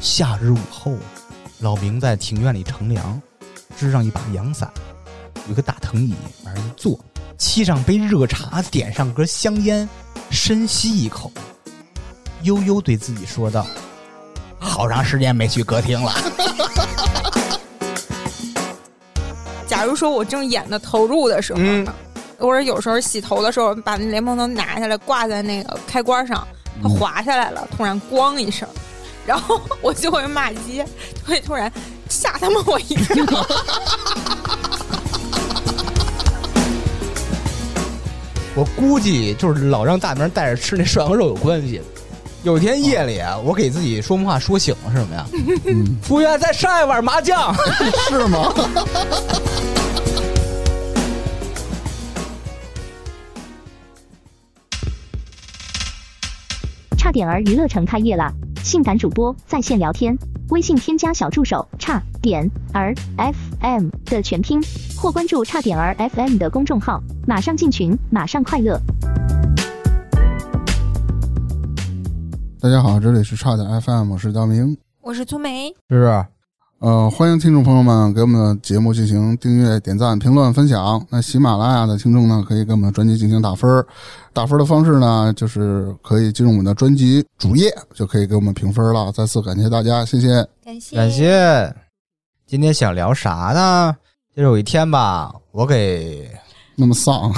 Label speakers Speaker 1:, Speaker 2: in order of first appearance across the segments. Speaker 1: 夏日午后，老明在庭院里乘凉，支上一把阳伞，有一个大藤椅往上一坐，沏上杯热茶，点上根香烟，深吸一口，悠悠对自己说道：“好长时间没去歌厅了。
Speaker 2: 假如说我正演的投入的时候
Speaker 1: 嗯
Speaker 2: 呢，或者有时候洗头的时候，把那莲蓬头拿下来挂在那个开关上，
Speaker 1: 嗯
Speaker 2: 它滑下来了，突然咣一声， 然后我就会骂街， 就会突然吓他妈我一 跳。
Speaker 1: 我估计就是老让大明带着吃那涮羊肉有关系。有一天夜里啊，我给自己说梦话说醒了，是什么呀？服务员，再上一碗麻 酱。
Speaker 3: 是吗？
Speaker 4: 差点儿娱乐城开业啦！性感主播在线聊天，微信添加小助手差点儿 FM 的全拼，或关注差点儿 FM 的公众号，马上进群，马上快乐。
Speaker 3: 大家好，这里是差点 FM，我是大明。
Speaker 2: 我是粗梅，
Speaker 1: 是不是？
Speaker 3: 呃，欢迎听众朋友们给我们的节目进行订阅、点赞、评论、分享。那喜马拉雅的听众呢，可以给我们的专辑进行打分儿。打分的方式呢，就是可以进入我们的专辑主页，就可以给我们评分了。再次感谢大家，谢谢。
Speaker 2: 感谢
Speaker 1: 感谢。今天想聊啥呢？就是有一天吧，我给
Speaker 3: 那么丧，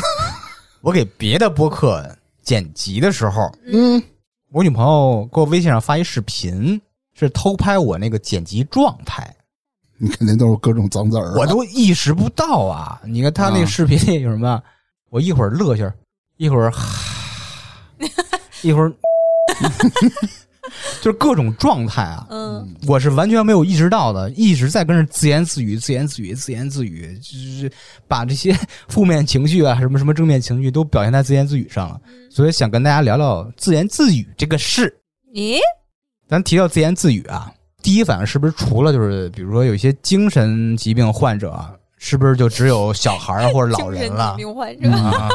Speaker 1: 我给别的播客剪辑的时候，
Speaker 3: 嗯，
Speaker 1: 我女朋友给我微信上发一视频，是偷拍我那个剪辑状态，
Speaker 3: 你肯定都是各种脏字儿啊。
Speaker 1: 我都意识不到啊！你看她那个视频里有什么？我一会儿乐一下，一会儿 哈，一会儿， 就是各种状态啊。
Speaker 2: 嗯，
Speaker 1: 我是完全没有意识到的，一直在跟着自言自语、自言自语、自言自语，就是把这些负面情绪啊、什么什么正面情绪都表现在自言自语上了。所以想跟大家聊聊自言自语这个事。
Speaker 2: 咦，
Speaker 1: 咱提到自言自语啊，第一反应是不是除了就是比如说有一些精神疾病患者啊，是不是就只有小孩儿或者老
Speaker 2: 精神
Speaker 1: 人
Speaker 2: 疾
Speaker 1: 了？
Speaker 2: 病患者，
Speaker 3: 嗯，
Speaker 1: 啊，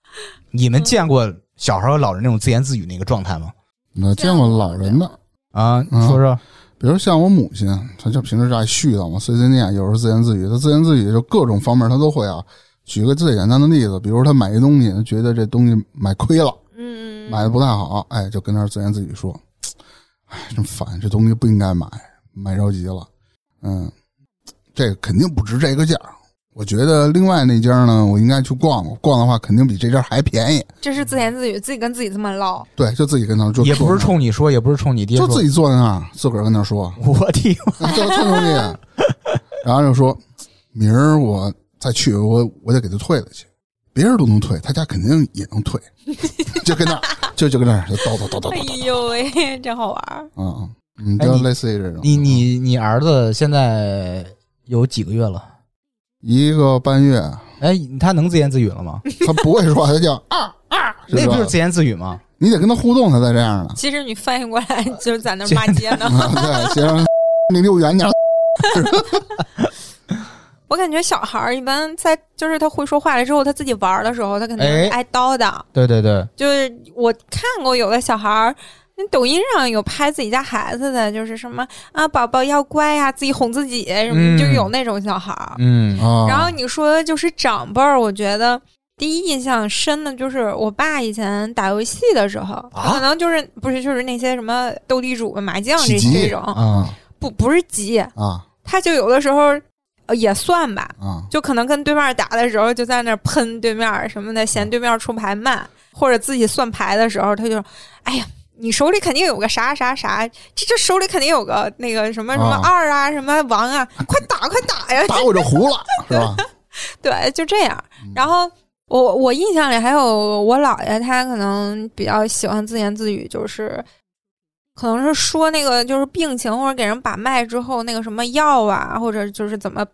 Speaker 1: 你们见过小孩儿和老人那种自言自语那个状态吗？
Speaker 3: 我见过老人的，
Speaker 1: 啊，
Speaker 3: 嗯
Speaker 1: 说说，
Speaker 3: 比如像我母亲，她就平时爱絮叨嘛，碎碎念，有时候自言自语，她自言自语就各种方面她都会啊。举个最简单的例子，比如她买一东西，觉得这东西买亏了，
Speaker 2: 嗯，
Speaker 3: 买的不太好，哎，就跟那儿自言自语说：“哎，真烦，这东西不应该买，买着急了，嗯，这个肯定不值这个价儿。我觉得另外那家呢，我应该去逛逛，逛的话肯定比这家还便宜。
Speaker 2: 这是自言自语，自己跟自己这 么唠，
Speaker 3: 对，就自己跟那儿就
Speaker 1: 也不是
Speaker 3: 坐
Speaker 1: 冲你说，也不是冲你爹说，
Speaker 3: 那儿就自己坐在那儿，自个儿跟那儿说。”
Speaker 1: 我的妈！
Speaker 3: 就退出去，啊 然后就说明儿我再去，我我得给他退了去，别人都能退，他家肯定也能 退，就跟那儿就就跟那儿就叨叨叨叨
Speaker 2: 哎
Speaker 3: 叨叨
Speaker 2: 呦喂，真好玩儿，
Speaker 3: 啊，嗯，
Speaker 1: 哎
Speaker 3: 就
Speaker 1: 你
Speaker 3: 类似于这种，
Speaker 1: 你你你儿子现在有几个月了？
Speaker 3: 一个半月，
Speaker 1: 哎，他能自言自语了吗？
Speaker 3: 他不会说话，他 叫啊啊，
Speaker 1: 那 不就是
Speaker 3: 吧
Speaker 1: 自言自语吗？
Speaker 3: 你得跟他互动，他才这样
Speaker 2: 。
Speaker 3: 呢
Speaker 2: 其实你翻译过来就是在那儿骂街 呢。
Speaker 3: 啊对，行，你离我远点儿。
Speaker 2: 我感觉小孩儿一般在就是他会说话了之后，他自己玩儿的时候，他肯定
Speaker 1: 哎
Speaker 2: 是挨叨叨。
Speaker 1: 对对对，
Speaker 2: 就是我看过有的小孩儿，那抖音上有拍自己家孩子的，就是什么啊，宝宝要乖呀、自己哄自己什么，
Speaker 1: 嗯
Speaker 2: 就有那种小孩儿。
Speaker 1: 嗯
Speaker 3: 啊，
Speaker 2: 然后你说就是长辈儿，我觉得第一印象深的就是我爸以前打游戏的时候，他可能就是不是就是那些什么斗地主、麻将这
Speaker 3: 起急
Speaker 2: 这种，
Speaker 1: 啊，
Speaker 2: 不不是急，
Speaker 3: 啊
Speaker 2: 他就有的时候、呃、也算吧，
Speaker 3: 啊，
Speaker 2: 就可能跟对面打的时候就在那儿喷对面儿什么的，嫌对面儿出牌慢，或者自己算牌的时候，他就说：“哎呀，你手里肯定有个啥啥啥，这这手里肯定有个那个什么什么
Speaker 3: 啊
Speaker 2: 二啊，什么王啊，快打快打呀
Speaker 3: 打我就糊了，是吧？！”
Speaker 2: 对，就这样。
Speaker 3: 嗯
Speaker 2: 然后我我印象里还有我姥爷，他可能比较喜欢自言自语，就是。可能是说那个就是病情，或者给人把脉之后那个什么药啊，或者就是怎么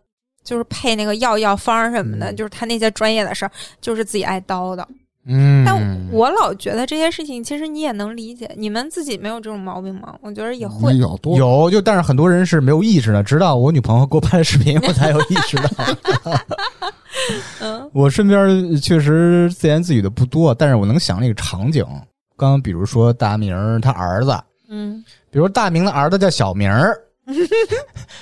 Speaker 2: 就是配那个药药方儿什么的，
Speaker 1: 嗯
Speaker 2: 就是他那些专业的事儿，就是自己爱叨叨。
Speaker 1: 嗯
Speaker 2: 但我老觉得这些事情，其实你也能理解。你们自己没有这种毛病吗？我觉得也会
Speaker 3: 嗯你。有多
Speaker 1: 有就，但是很多人是没有意识的，直到我女朋友给我拍的视频，我才有意识到。
Speaker 2: 嗯
Speaker 1: 我身边确实自言自语的不多，但是我能想那个场景。刚刚比如说大明儿他儿子，
Speaker 2: 嗯
Speaker 1: 比如大明的儿子叫小明 儿，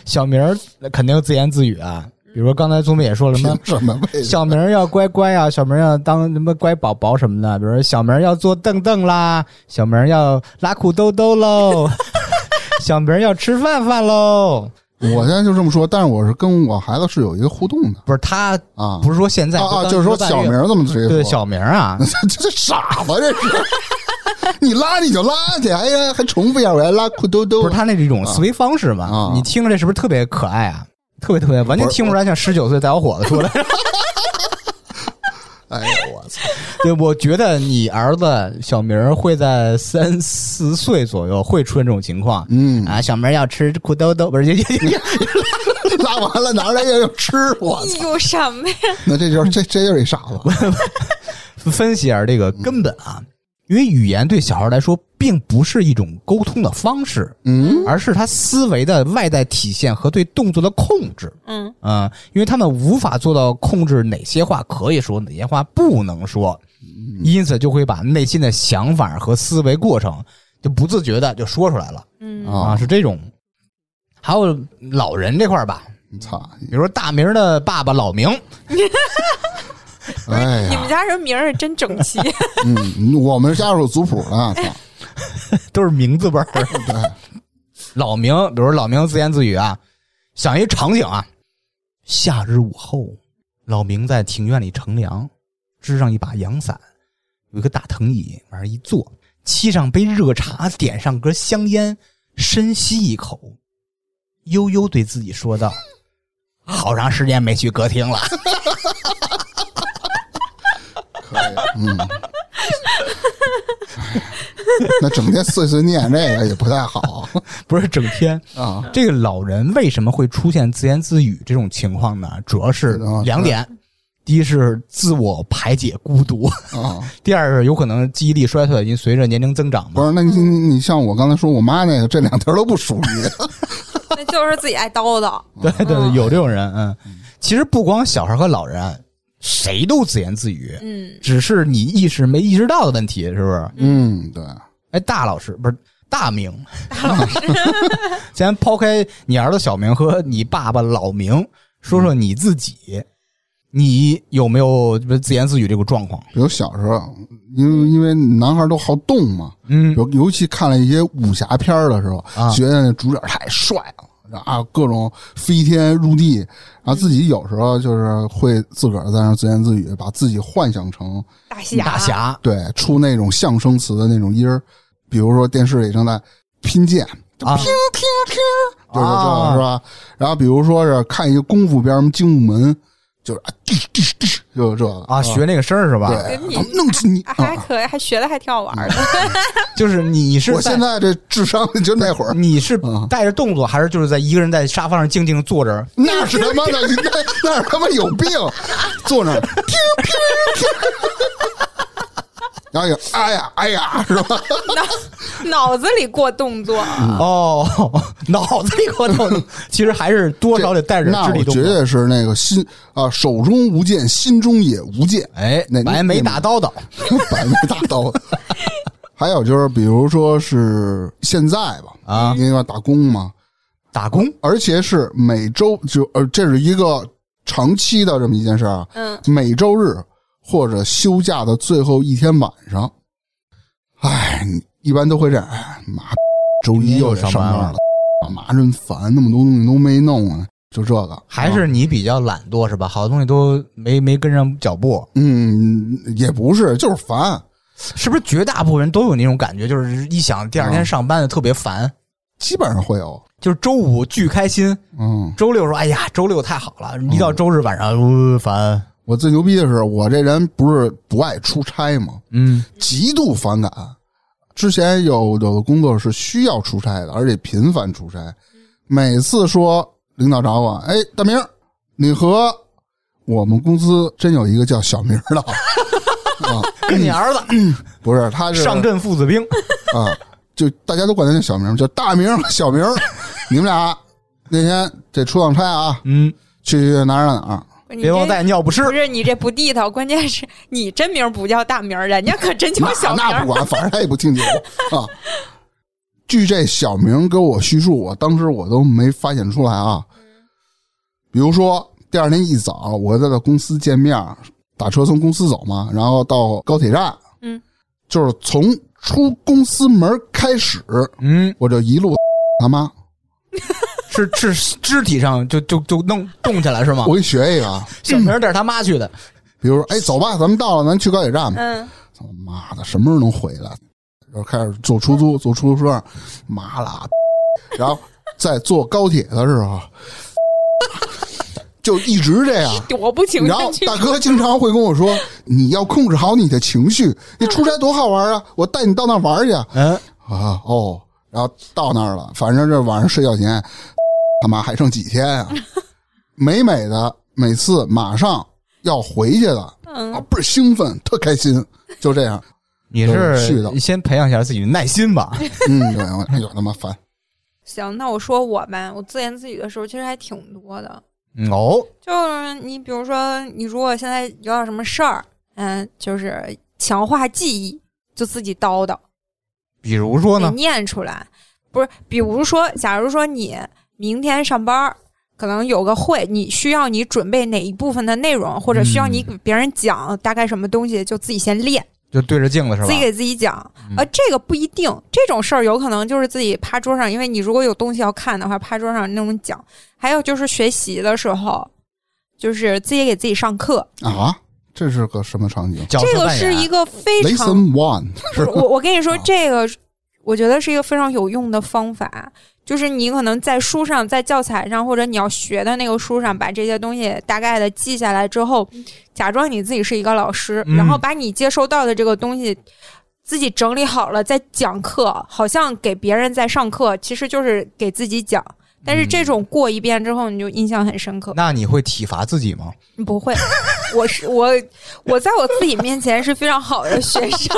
Speaker 1: 小明儿肯定自言自语啊。比如刚才宗斌也说了什么
Speaker 3: 凭什么为什么？
Speaker 1: 小明儿要乖乖啊，小明儿要当什么乖宝宝什么的，比如说小明儿要坐凳凳啦，小明儿要拉裤兜兜喽， 小明儿要吃饭饭喽。
Speaker 3: 我现在就这么说，但是我是跟我孩子是有一个互动的
Speaker 1: 不是他，
Speaker 3: 啊，
Speaker 1: 不是说现在
Speaker 3: 啊啊，就是说小明，
Speaker 1: 刚
Speaker 3: 儿怎么直接
Speaker 1: 刚
Speaker 3: 说？，
Speaker 1: 对小明儿啊
Speaker 3: 这这傻吧这是？你拉你就拉去，哎呀还重复一下，我还拉裤兜兜。
Speaker 1: 不是他那这种思维方式嘛？
Speaker 3: 啊啊
Speaker 1: 你听着这是不是特别可爱啊？特别特别，完全
Speaker 3: 不是
Speaker 1: 听不出来像十九岁大小伙子出来。
Speaker 3: 哎呀我操！
Speaker 1: 对，我觉得你儿子小明儿会在三四岁左右会出现这种情况。
Speaker 3: 嗯，
Speaker 1: 啊，小明儿要吃裤兜兜，不是？
Speaker 3: 拉完了拿出来又又吃，我操！
Speaker 2: 有什么呀？
Speaker 3: 那这就是这这就是一傻子。
Speaker 1: 分析一下这个根本啊，因为语言对小孩来说并不是一种沟通的方式，
Speaker 3: 嗯，
Speaker 1: 而是他思维的外在体现和对动作的控制。
Speaker 2: 嗯
Speaker 1: 嗯、因为他们无法做到控制哪些话可以说，哪些话不能说，因此就会把内心的想法和思维过程就不自觉的就说出来了。
Speaker 2: 嗯
Speaker 1: 啊，
Speaker 3: 啊，
Speaker 1: 是这种。还有老人这块儿吧，
Speaker 3: 操！
Speaker 1: 比如说大明儿的爸爸老明，
Speaker 3: 哎
Speaker 2: 你们
Speaker 3: 呀，
Speaker 2: 家人名儿真整齐，
Speaker 3: 嗯，我们家属族谱呢，操！
Speaker 1: 都是名字辈儿。
Speaker 3: 对，
Speaker 1: 老明，比如老明自言自语啊，想一场景啊，夏日午后，老明在庭院里乘凉，支上一把阳伞，有一个大藤椅，往上一坐，沏上杯热茶，点上根香烟，深吸一口，悠悠对自己说道：“好长时间没去歌厅了。”
Speaker 3: 可以，嗯。 那整天碎碎念这个也不太好
Speaker 1: 不是整天，
Speaker 3: 啊，
Speaker 1: 这个老人为什么会出现自言自语这种情况呢？主要是两点，第一是自我排解孤独，
Speaker 3: 啊，
Speaker 1: 第二是有可能记忆力衰退，因为随着年龄增长
Speaker 3: 不
Speaker 1: 嘛。
Speaker 3: 是？那你你你像我刚才说我妈那个，这两条都不属于。
Speaker 2: 那就是自己爱叨叨。
Speaker 1: 对对对，
Speaker 2: 嗯
Speaker 1: 有这种人，嗯，其实不光小孩和老人，谁都自言自语，
Speaker 2: 嗯
Speaker 1: 只是你意识没意识到的问题，是不是？
Speaker 3: 嗯，对，
Speaker 1: 哎，大老师不是大明， 先抛开你儿子小明和你爸爸老明，说说你自己，你有没有就是自言自语这个状况？
Speaker 3: 比如小时候，因为因为男孩都好动嘛，
Speaker 1: 嗯，
Speaker 3: 尤尤其看了一些武侠片儿的时候，
Speaker 1: 啊
Speaker 3: 觉得那主角太帅了。然后啊，各种飞天入地，然后自己有时候就是会自个儿在那儿自言自语，把自己幻想成
Speaker 2: 大侠，
Speaker 1: 大，侠，
Speaker 3: 对出那种象声词的那种音儿，比如说电视里正在拼剑，
Speaker 1: 啊
Speaker 3: 拼拼拼，就是这种、
Speaker 1: 啊
Speaker 3: 是吧？然后比如说是看一个功夫片儿，什么精武门，就是啊，滴滴滴，就是这个
Speaker 1: 啊，学那个声儿是吧？
Speaker 3: 对
Speaker 2: 跟，你
Speaker 3: 他们弄死你！
Speaker 2: 还
Speaker 3: 啊
Speaker 2: 可以，还学的还挺好玩的。
Speaker 1: 就是你是
Speaker 3: 我现在这智商就那会儿，
Speaker 1: 你是
Speaker 3: 嗯
Speaker 1: 带着动作，还是就是在一个人在沙发上静静坐着？
Speaker 3: 那是他妈的，那那是他妈有病，坐那儿，听听听，然后有哎呀哎呀，是吧？
Speaker 2: 脑脑子里过动作，
Speaker 3: 嗯
Speaker 1: 哦， 脑子里活动， 其实还是多少得带着
Speaker 3: 那
Speaker 1: 肢体
Speaker 3: 我
Speaker 1: 动
Speaker 3: 绝
Speaker 1: 作。
Speaker 3: 对是那个心啊，手中无剑，心中也无剑，
Speaker 1: 哎
Speaker 3: 那，
Speaker 1: 白眉大叨叨，
Speaker 3: 百没大刀。 还有就是，比如说是现在吧，
Speaker 1: 啊
Speaker 3: 因为要打工嘛，
Speaker 1: 打工
Speaker 3: 而且是每周就呃，这是一个长期的这么一件事儿啊，
Speaker 2: 嗯，
Speaker 3: 每周日或者休假的最后一天晚上，哎，你一般都会这样。哎妈，周一 又得上班了，妈真烦，那么多东西都没弄啊，就这个。
Speaker 1: 还是你比较懒惰是吧？好多东西都没没跟上脚步。
Speaker 3: 嗯，也不是，就是烦。
Speaker 1: 是不是绝大部分人都有那种感觉？就是一想第二天上班就特别烦，
Speaker 3: 基本上会有。
Speaker 1: 就是周五巨开心，
Speaker 3: 嗯，
Speaker 1: 周六说哎呀周六太好了，一到周日晚上、呃、烦。
Speaker 3: 我最牛逼的是，我这人不是不爱出差吗？
Speaker 1: 嗯，
Speaker 3: 极度反感。之前有有的工作是需要出差的，而且频繁出差。
Speaker 1: 嗯
Speaker 3: 每次说领导找我，哎，大明儿，你和我们公司真有一个叫小明儿的，
Speaker 1: 跟你儿子、
Speaker 3: 不是，他是
Speaker 1: 上阵父子兵，
Speaker 3: 啊，就大家都管他叫小明儿，叫大明儿、小 明儿，你们俩那天得出趟差啊，
Speaker 1: 嗯，
Speaker 3: 去去去哪儿哪儿哪儿。
Speaker 2: 嗯你
Speaker 1: 别忘带
Speaker 2: 这
Speaker 1: 尿 不湿
Speaker 2: 不。是你这不地道，关键是你真 名不叫大名儿，人家可真叫小
Speaker 3: 那
Speaker 2: 名
Speaker 3: 那不
Speaker 2: 儿。
Speaker 3: 管，反正他也不听节目啊。 据这小明给我叙述，我当时我都没发现出来啊。比如说第二天一早，我在他公司见面，打车从公司走嘛，然后到高铁站，
Speaker 2: 嗯，
Speaker 3: 就是从出公司门开始，
Speaker 1: 嗯，
Speaker 3: 我就一路 他妈，
Speaker 1: 是是肢体上就就就弄动起来是吗
Speaker 3: 我？给你学一个啊，
Speaker 1: 小明儿这是他妈去的，
Speaker 3: 比如说，哎，走吧，咱们到了，咱去高铁站吧。
Speaker 2: 嗯，
Speaker 3: 操妈的，什么时候能回来？然后开始坐出租，坐出租车，麻了，然后在坐高铁的时候，就一直 这样。
Speaker 2: 我不情
Speaker 3: 然后
Speaker 2: 愿去
Speaker 3: 大哥经常会跟我说：“ 你要控制好你的情绪，你出差多好玩啊！我带你到那儿玩去啊
Speaker 1: 嗯，！”
Speaker 3: 哦，然后到那儿了，反正这晚上睡觉前，他妈还剩几天啊？美美的，每次马上要回去了，啊
Speaker 2: 嗯，，
Speaker 3: 倍儿兴奋，特开心，就这样。
Speaker 1: 你
Speaker 3: 是
Speaker 1: 是
Speaker 3: 的
Speaker 1: 你先培养一下自己的耐心吧。
Speaker 3: 嗯，对，我哎呦他妈烦，
Speaker 2: 行，那我说我吧，我自言自语的时候其实还挺多的，
Speaker 1: 嗯哦，
Speaker 2: 就是你比如说，你如果现在有点什么事儿，嗯，就是强化记忆，就自己叨叨，
Speaker 1: 比如说
Speaker 2: 得
Speaker 1: 呢，
Speaker 2: 念出来。不是，比如说，假如说你明天上班儿，可能有个会，你需要你准备哪一部分的内容，或者需要
Speaker 1: 嗯
Speaker 2: 你给别人讲大概什么东西，就自己先练，
Speaker 1: 就对着镜子是吧嗯
Speaker 2: 自己？给自己讲。呃，这个不一定，这种事儿有可能就是自己趴桌上，因为你如果有东西要看的话，趴桌上那种讲。还有就是学习的时候，就是自己给自己上课，
Speaker 3: 啊！这是个什么场景？
Speaker 1: 角色
Speaker 2: 这个
Speaker 1: 扮演啊
Speaker 2: 是一个非常，
Speaker 3: Lesson One
Speaker 2: 不
Speaker 3: 是
Speaker 2: 是
Speaker 3: 吧？
Speaker 2: 我我跟你说
Speaker 3: 啊，
Speaker 2: 这个我觉得是一个非常有用的方法，就是你可能在书上、在教材上，或者你要学的那个书上，把这些东西大概的记下来之后，假装你自己是一个老师，
Speaker 1: 嗯
Speaker 2: 然后把你接收到的这个东西。自己整理好了再讲课，好像给别人在上课，其实就是给自己讲。但是这种过一遍之后，你就印象很深刻。
Speaker 1: 那你会体罚自己吗？
Speaker 2: 不会，我是我，我在我自己面前是非常好的学生。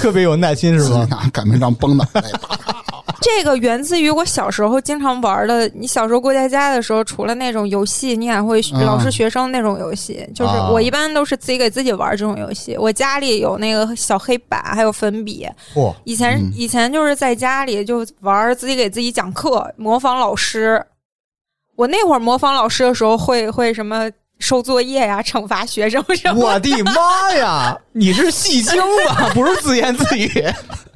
Speaker 1: 特别有耐心是
Speaker 3: 自己
Speaker 1: 吧？
Speaker 3: 拿擀面杖崩脑袋，
Speaker 2: 这个源自于我小时候经常玩的。你小时候过家家的时候，除了那种游戏，你还会学
Speaker 3: 啊
Speaker 2: 老师学生那种游戏。就是
Speaker 1: 啊
Speaker 2: 我一般都是自己给自己玩这种游戏。我家里有那个小黑板，还有粉笔。
Speaker 1: 嚯，
Speaker 2: 以前、
Speaker 3: 嗯
Speaker 2: 以前就是在家里就玩，自己给自己讲课，模仿老师。我那会儿模仿老师的时候会，会什么收作业呀、惩罚学生什么。
Speaker 1: 我的妈 呀！你是戏精 吧？不是自言自语。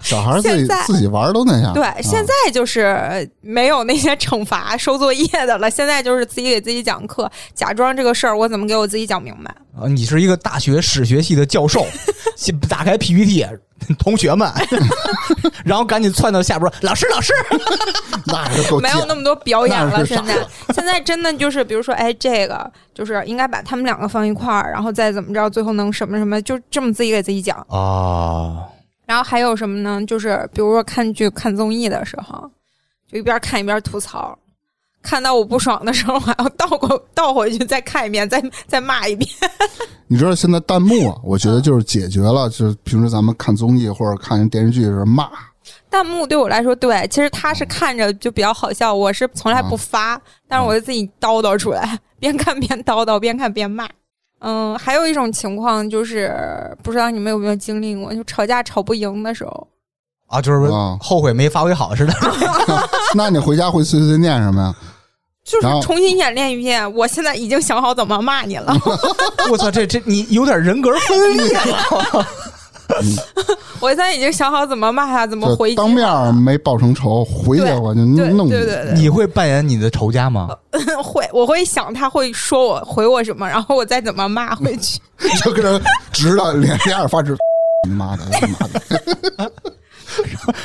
Speaker 3: 小孩自己
Speaker 2: 现在
Speaker 3: 自己玩都那样。
Speaker 2: 对
Speaker 3: 啊，
Speaker 2: 现在就是没有那些惩罚、收作业的了，现在就是自己给自己讲课，假装这个事儿我怎么给我自己讲明白。
Speaker 1: 啊，你是一个大学史学系的教 授，先打开 PPT，同学 们，然后赶紧窜到下边，老师，老师，
Speaker 3: 那是够
Speaker 2: 没有那
Speaker 3: 么
Speaker 2: 么多表演
Speaker 3: 那
Speaker 2: 了。
Speaker 3: 是
Speaker 2: 现在现在真的就是，比如说，哎，这个就是应该把他们两个放一块儿，然后再怎么着，最后能什么什么，就这么自己给自己讲。
Speaker 1: 啊，
Speaker 2: 然后还有什么呢？就是比如说看剧、看综艺的时候，就一边看一边吐槽。看到我不爽的时候，我还要倒过倒回去再看一遍，再再骂一遍。
Speaker 3: 你知道现在弹幕啊，我觉得就是解决了，就是平时咱们看综艺或者看电视剧的时候 骂，
Speaker 2: 弹幕对我来说，对，其实他是看着就比较好笑，我是从来
Speaker 3: 啊
Speaker 2: 不发，但是我就自己叨叨出来， 边看边叨叨，边看边骂。嗯，还有一种情况就是，不知道你们有没有经历过，就吵架吵不赢的时候，
Speaker 1: 啊，就是
Speaker 3: 啊
Speaker 1: 后悔没发挥好似 的。
Speaker 3: 那你回家会碎碎念什么呀？
Speaker 2: 就是
Speaker 3: 然后
Speaker 2: 重新演练一遍。我现在已经想好怎么骂 你了，
Speaker 1: 我操，这这你有点人格分裂啊 了。
Speaker 2: 我现在已经想好怎么骂他，怎么
Speaker 3: 就
Speaker 2: 回击。
Speaker 3: 当面没报成仇，回去
Speaker 2: 对
Speaker 3: 我就
Speaker 2: 对
Speaker 3: 弄你。
Speaker 2: 对对对，
Speaker 1: 你会扮演你的仇家吗？
Speaker 2: 会我会想他会说我回我什么，然后我再怎么骂回 去。
Speaker 3: 就跟这直到脸脸眼 发直。你妈的，你妈的！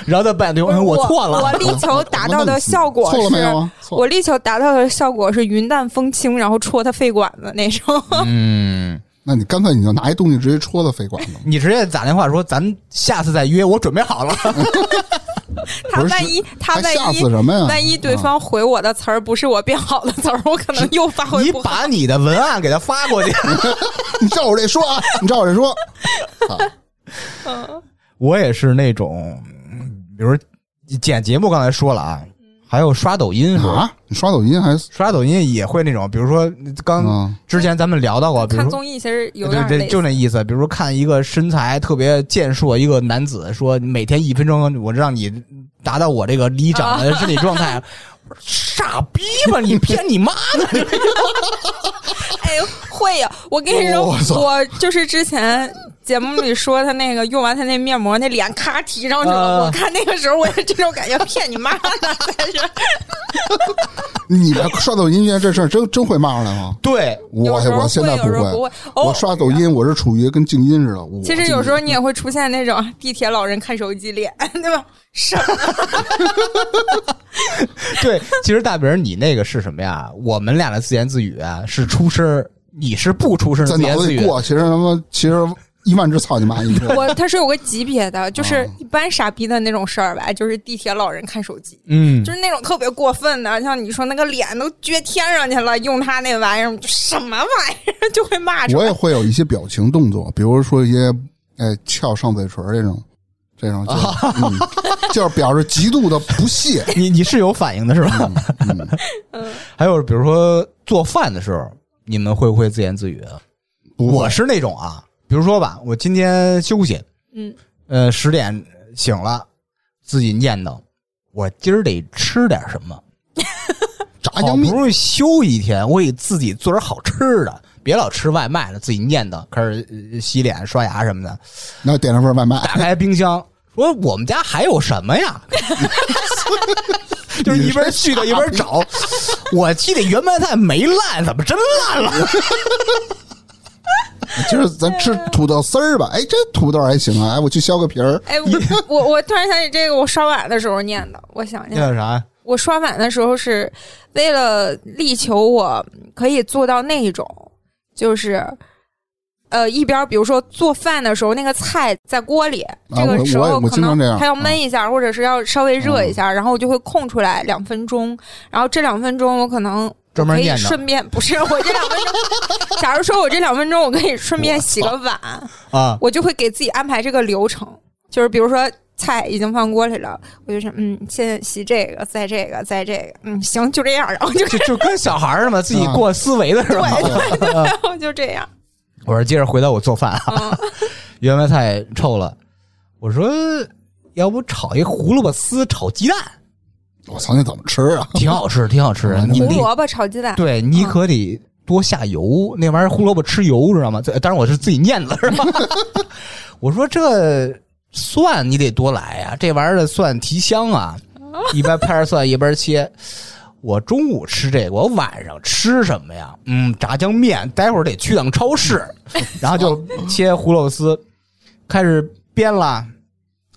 Speaker 1: 然后再扮演
Speaker 2: 不是
Speaker 1: 嗯，错
Speaker 2: 我
Speaker 1: 了。
Speaker 2: 力求达到的效果
Speaker 3: 错了没
Speaker 2: 是
Speaker 3: 有啊？错了
Speaker 2: 我力求达到的效果是云淡风轻，然后戳他肺管子那 种。
Speaker 1: 嗯，
Speaker 3: 那你干脆你就拿一东西直接戳他肺管子。
Speaker 1: 你直接打电话说咱下次再约，我准备好 了。
Speaker 2: 他
Speaker 3: 不是
Speaker 2: 万一他
Speaker 3: 还
Speaker 2: 万
Speaker 3: 吓死
Speaker 2: 一
Speaker 3: 什么呀？
Speaker 2: 万一对
Speaker 3: 啊
Speaker 2: 方回我的词儿不是我编好的词儿，我可能又发挥
Speaker 1: 你
Speaker 2: 不好。
Speaker 1: 把你的文案给他发过 去。
Speaker 3: 你照我这说啊，你照我这说，
Speaker 2: 嗯
Speaker 1: 我也是那种，嗯比如说剪节目，刚才说了啊，还有刷抖音时候，
Speaker 3: 啊，你刷抖音还
Speaker 1: 刷抖音也会那种，比如说刚
Speaker 3: 啊
Speaker 1: 之前咱们聊到过，比如
Speaker 2: 看
Speaker 1: 说。
Speaker 2: 综艺其实有
Speaker 1: 对
Speaker 2: 点
Speaker 1: 对，
Speaker 2: 累。
Speaker 1: 就那意思。比如说看一个身材特别健硕一个男子，说每天一分钟，我让你达到我这个理想的身体状态， 我说傻逼吧你骗你妈的！
Speaker 2: 哎呦，会呀！我跟你
Speaker 3: 哦
Speaker 2: 说，
Speaker 1: 我操
Speaker 2: 我就是之前节目里说他那个用完他那面膜，那脸咔提上去了。
Speaker 1: 啊
Speaker 2: 我看那个时候，我也这种感觉，骗你妈呢！在这
Speaker 3: 你们刷抖音这这事儿真真会骂出来吗？
Speaker 1: 对，
Speaker 3: 我
Speaker 2: 有时候
Speaker 3: 我现在
Speaker 2: 有时候不
Speaker 3: 会
Speaker 2: 会，。偶
Speaker 3: 我
Speaker 2: 尔
Speaker 3: 刷抖音我是处于跟静音似的。我
Speaker 2: 其实有时候你也会出现那种地铁老人看手机脸，对 吧？是
Speaker 1: 对，其实大饼，你那个是什么呀？我们俩的自言自语啊，是出声儿，你是不出声儿
Speaker 3: 在
Speaker 1: 自言
Speaker 3: 脑子
Speaker 1: 自
Speaker 3: 里
Speaker 1: 语。
Speaker 3: 过，其实他妈其实一万只操你妈一个。
Speaker 2: 我，他是有个级别的，就是
Speaker 3: 啊
Speaker 2: 一般傻逼的那种事儿吧，就是地铁老人看手机，
Speaker 1: 嗯
Speaker 2: 就，是那种特别过分的，像你说那个脸都撅天上去了，用他那玩意儿，什么玩意儿 就会骂出
Speaker 3: 我
Speaker 2: 来。
Speaker 3: 也会有一些表情动作，比如说一些哎翘上嘴唇儿这种，这种就是、 嗯、就是表示极度的不屑。
Speaker 1: 你你是有反应的是吧？
Speaker 3: 嗯，
Speaker 1: 还有比如说做饭的时候，你们会不会自言自语？啊
Speaker 3: 不会
Speaker 1: 我是那种啊，比如说吧，我今天休息，
Speaker 2: 嗯，
Speaker 1: 呃，十点醒了，自己念叨，我今儿得吃点什么。
Speaker 3: 炸
Speaker 1: 好
Speaker 3: 酱
Speaker 1: 不
Speaker 3: 面，
Speaker 1: 容易休一天，我给自己做点好吃的，别老吃外卖了，自己念叨，开始呃洗脸、刷牙什么的。
Speaker 3: 然后点了份外卖，
Speaker 1: 打开冰箱，说我们家还有什么呀？ 就是一边絮叨一边 找，我记得圆白菜没烂，怎么真烂了？
Speaker 3: 今儿咱吃
Speaker 2: 啊
Speaker 3: 土豆丝儿吧。哎，这土豆还行啊。哎，我去削个皮儿。
Speaker 2: 哎，我我我突然想起这个，我刷碗的时候念的，我想
Speaker 1: 那
Speaker 2: 想，
Speaker 1: 叫啥？
Speaker 2: 我刷碗的时候是为了力求我可以做到那一种，就是。呃，一边儿比如说做饭的时候，那个菜在锅里，这
Speaker 3: 啊我
Speaker 2: 个时
Speaker 3: 我也
Speaker 2: 候
Speaker 3: 我
Speaker 2: 可
Speaker 3: 经常这样嗯
Speaker 2: 能它要焖一下，或者是要稍微热一下，然后我就会空出来两分钟，然后这两分钟我可能
Speaker 1: 专门
Speaker 2: 可以
Speaker 1: 念叨
Speaker 2: 顺便不是我这两分钟， 假如说我这两分钟我可以顺便洗个碗，
Speaker 1: 啊！
Speaker 2: 我就会给自己安排这个流程，就是比如说菜已经放锅里了，我就是嗯，先洗这个，再这个，再这个，嗯，行，就这样，然后就
Speaker 1: 就就跟小孩儿似的，自己过思维的是吧？
Speaker 2: 然后就这样，
Speaker 1: 我说接着回到我做饭啊，圆白菜臭了，我说要不炒一胡萝卜丝炒鸡蛋，
Speaker 3: 我操，那怎么吃 啊？
Speaker 1: 挺好吃，挺好吃的。
Speaker 3: 嗯
Speaker 1: 你
Speaker 2: 胡
Speaker 1: 得
Speaker 2: 萝卜嗯炒鸡蛋，
Speaker 1: 对你可得多下油，那玩意儿胡萝卜吃油，知道吗？这当然我是自己念的，是吧？ 我说这蒜你得多来呀、这玩意儿的蒜提香 啊，一边拍着蒜一边切。我中午吃这个，我晚上吃什么呀？嗯，炸酱面，待会儿得去趟超 市，然后就切胡萝卜丝，开始煸了，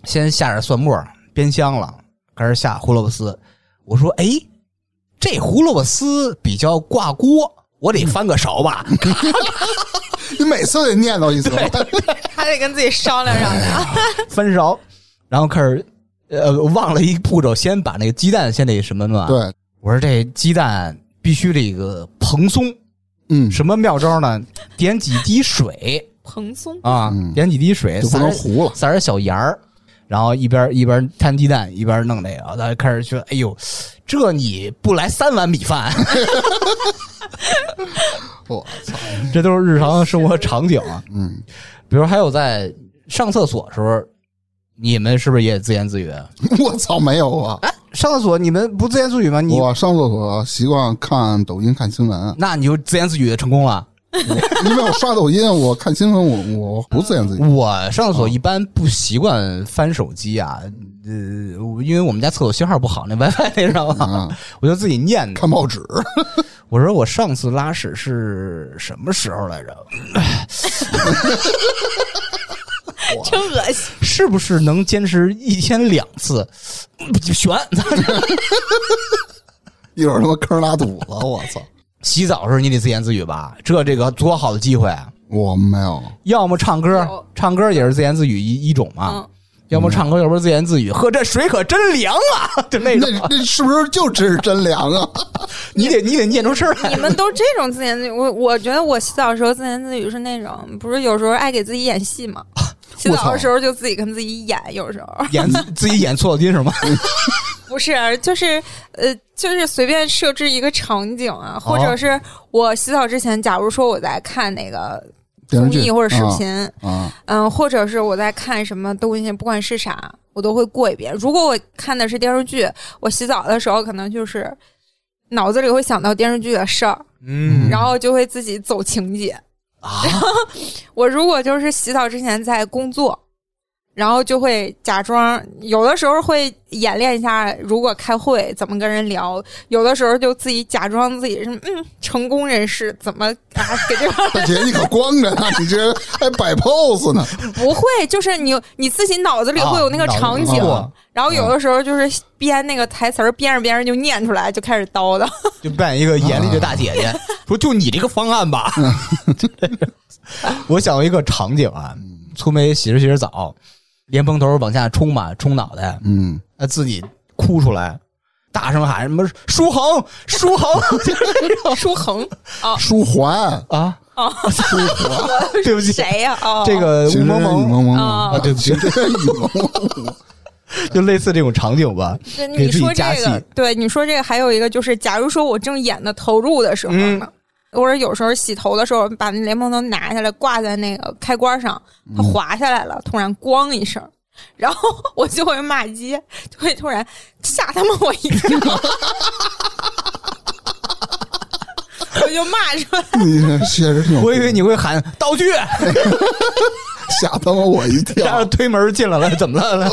Speaker 1: 先下点蒜末，煸香了，开始下胡萝卜丝。我说，哎，这胡萝卜丝比较挂锅，我得翻个勺吧。
Speaker 3: 嗯你每次得念叨一次。
Speaker 2: 还得跟自己商量商量。
Speaker 1: 翻勺，然后开始，呃，忘了一步骤，先把那个鸡蛋先得什么嘛？，
Speaker 3: 对，
Speaker 1: 我说这鸡蛋必须这个蓬松，
Speaker 3: 嗯，
Speaker 1: 什么妙招呢？点几滴水
Speaker 2: 蓬 松，
Speaker 1: 啊，
Speaker 3: 嗯
Speaker 1: 点几滴水，
Speaker 3: 就不
Speaker 1: 撒
Speaker 3: 能
Speaker 1: 点
Speaker 3: 糊了。
Speaker 1: 撒点小盐儿，然后一边一边摊鸡蛋，一边弄那个，他开始说：“哎呦，这你不来三碗米饭，
Speaker 3: 我操，
Speaker 1: 这都是日常生活场景啊。”
Speaker 3: 嗯，
Speaker 1: 比如还有在上厕所的时候，你们是不是也自言自语？啊
Speaker 3: 我操，没有啊。
Speaker 1: 上厕所你们不自言自语吗？你
Speaker 3: 我上厕所习惯看抖音、看新闻，
Speaker 1: 那你就自言自语成功了。
Speaker 3: 我因为我刷抖音，我看新闻，我我不自言自语。
Speaker 1: 我上厕所一般不习惯翻手机啊，呃，因为我们家厕所信号不好，那 WiFi 那知道吗？
Speaker 3: 啊，
Speaker 1: 我就自己念的。
Speaker 3: 看报纸，
Speaker 1: 我说我上次拉屎是什么时候来着？
Speaker 2: 真恶心。
Speaker 1: 是不是能坚持一天两次？悬。
Speaker 3: 一会儿他妈坑拉肚子，我操！
Speaker 1: 哦洗澡的时候你得自言自语吧？这这个多好的机会！啊
Speaker 3: 我没有，
Speaker 1: 要么唱歌
Speaker 2: 有，
Speaker 1: 唱歌也是自言自语一一种嘛。
Speaker 2: 嗯，
Speaker 1: 要么唱歌，要不自言自语。呵，这水可真凉啊！就那
Speaker 3: 那
Speaker 1: 种，
Speaker 3: 那是不是就真是真凉啊？
Speaker 1: 你得你得念出声儿来
Speaker 2: 你。们都这种自言自语，我我觉得我洗澡的时候自言自语是那种，不是有时候爱给自己演戏嘛。洗
Speaker 3: 我
Speaker 2: 澡
Speaker 3: 操
Speaker 2: 的时候就自己跟自己演，有时候
Speaker 1: 演自己演错了音是吗？
Speaker 2: 不不是，就是呃，就是随便设置一个场景啊，或者是我洗澡之前，假如说我在看那个
Speaker 3: 电视
Speaker 2: 综
Speaker 3: 剧
Speaker 2: 艺或者视频，
Speaker 3: 啊，
Speaker 2: 嗯，或者是我在看什么东西，不管是啥，我都会过一遍。如果我看的是电视剧，我洗澡的时候可能就是脑子里会想到电视剧的事儿，
Speaker 1: 嗯
Speaker 2: 然后就会自己走情节。
Speaker 1: 啊，
Speaker 2: 我如果就是洗澡之前在工作，然后就会假装，有的时候会演练一下，如果开会怎么跟人聊，有的时候就自己假装自己是嗯成功人士，怎么啊给对方
Speaker 3: 大姐你可光着呢，你这还摆 pose 呢？
Speaker 2: 不会，就是你你自己脑子里会有那个场景，
Speaker 1: 啊
Speaker 2: 然后有的时候就是编那个台词儿，编着编着就念出来，就开始叨 叨。
Speaker 1: 就扮一个严厉的大姐姐，说就你这个方案吧。我想到一个场景啊，粗眉洗着洗着澡，莲蓬头往下冲吧，冲脑袋，
Speaker 3: 嗯，
Speaker 1: 她自己哭出来，大声喊什么“舒恒，舒恒
Speaker 2: 舒恒，
Speaker 3: 舒缓”，
Speaker 1: 啊！
Speaker 3: 舒 缓，
Speaker 1: 对不起
Speaker 2: 谁呀、哦，
Speaker 1: 这 个
Speaker 3: 情
Speaker 1: 雾
Speaker 3: 深
Speaker 1: 蒙
Speaker 3: 雨
Speaker 1: 蒙
Speaker 3: 蒙蒙
Speaker 2: 啊
Speaker 1: 啊，对不起
Speaker 3: 情，深雨蒙蒙，
Speaker 1: 就类似这种场景吧。
Speaker 2: 对
Speaker 1: 给
Speaker 2: 你
Speaker 1: 自己
Speaker 2: 说这
Speaker 1: 加
Speaker 2: 个
Speaker 1: 戏，
Speaker 2: 对你说这个，还有一个就是，假如说我正演的投入的时候
Speaker 1: 嗯
Speaker 2: 呢，或者有时候洗头的时候，把那莲蓬头拿下来挂在那个开关上，它
Speaker 1: 嗯
Speaker 2: 滑下来了，突然咣一声。然后 我就会骂街，就会突然吓他们我一跳， 我就骂出来。
Speaker 3: 你这确实挺有
Speaker 1: 我以为你会喊道具，
Speaker 3: 吓他妈我一
Speaker 1: 然后
Speaker 3: 跳。
Speaker 1: 推门进来了，怎么了？来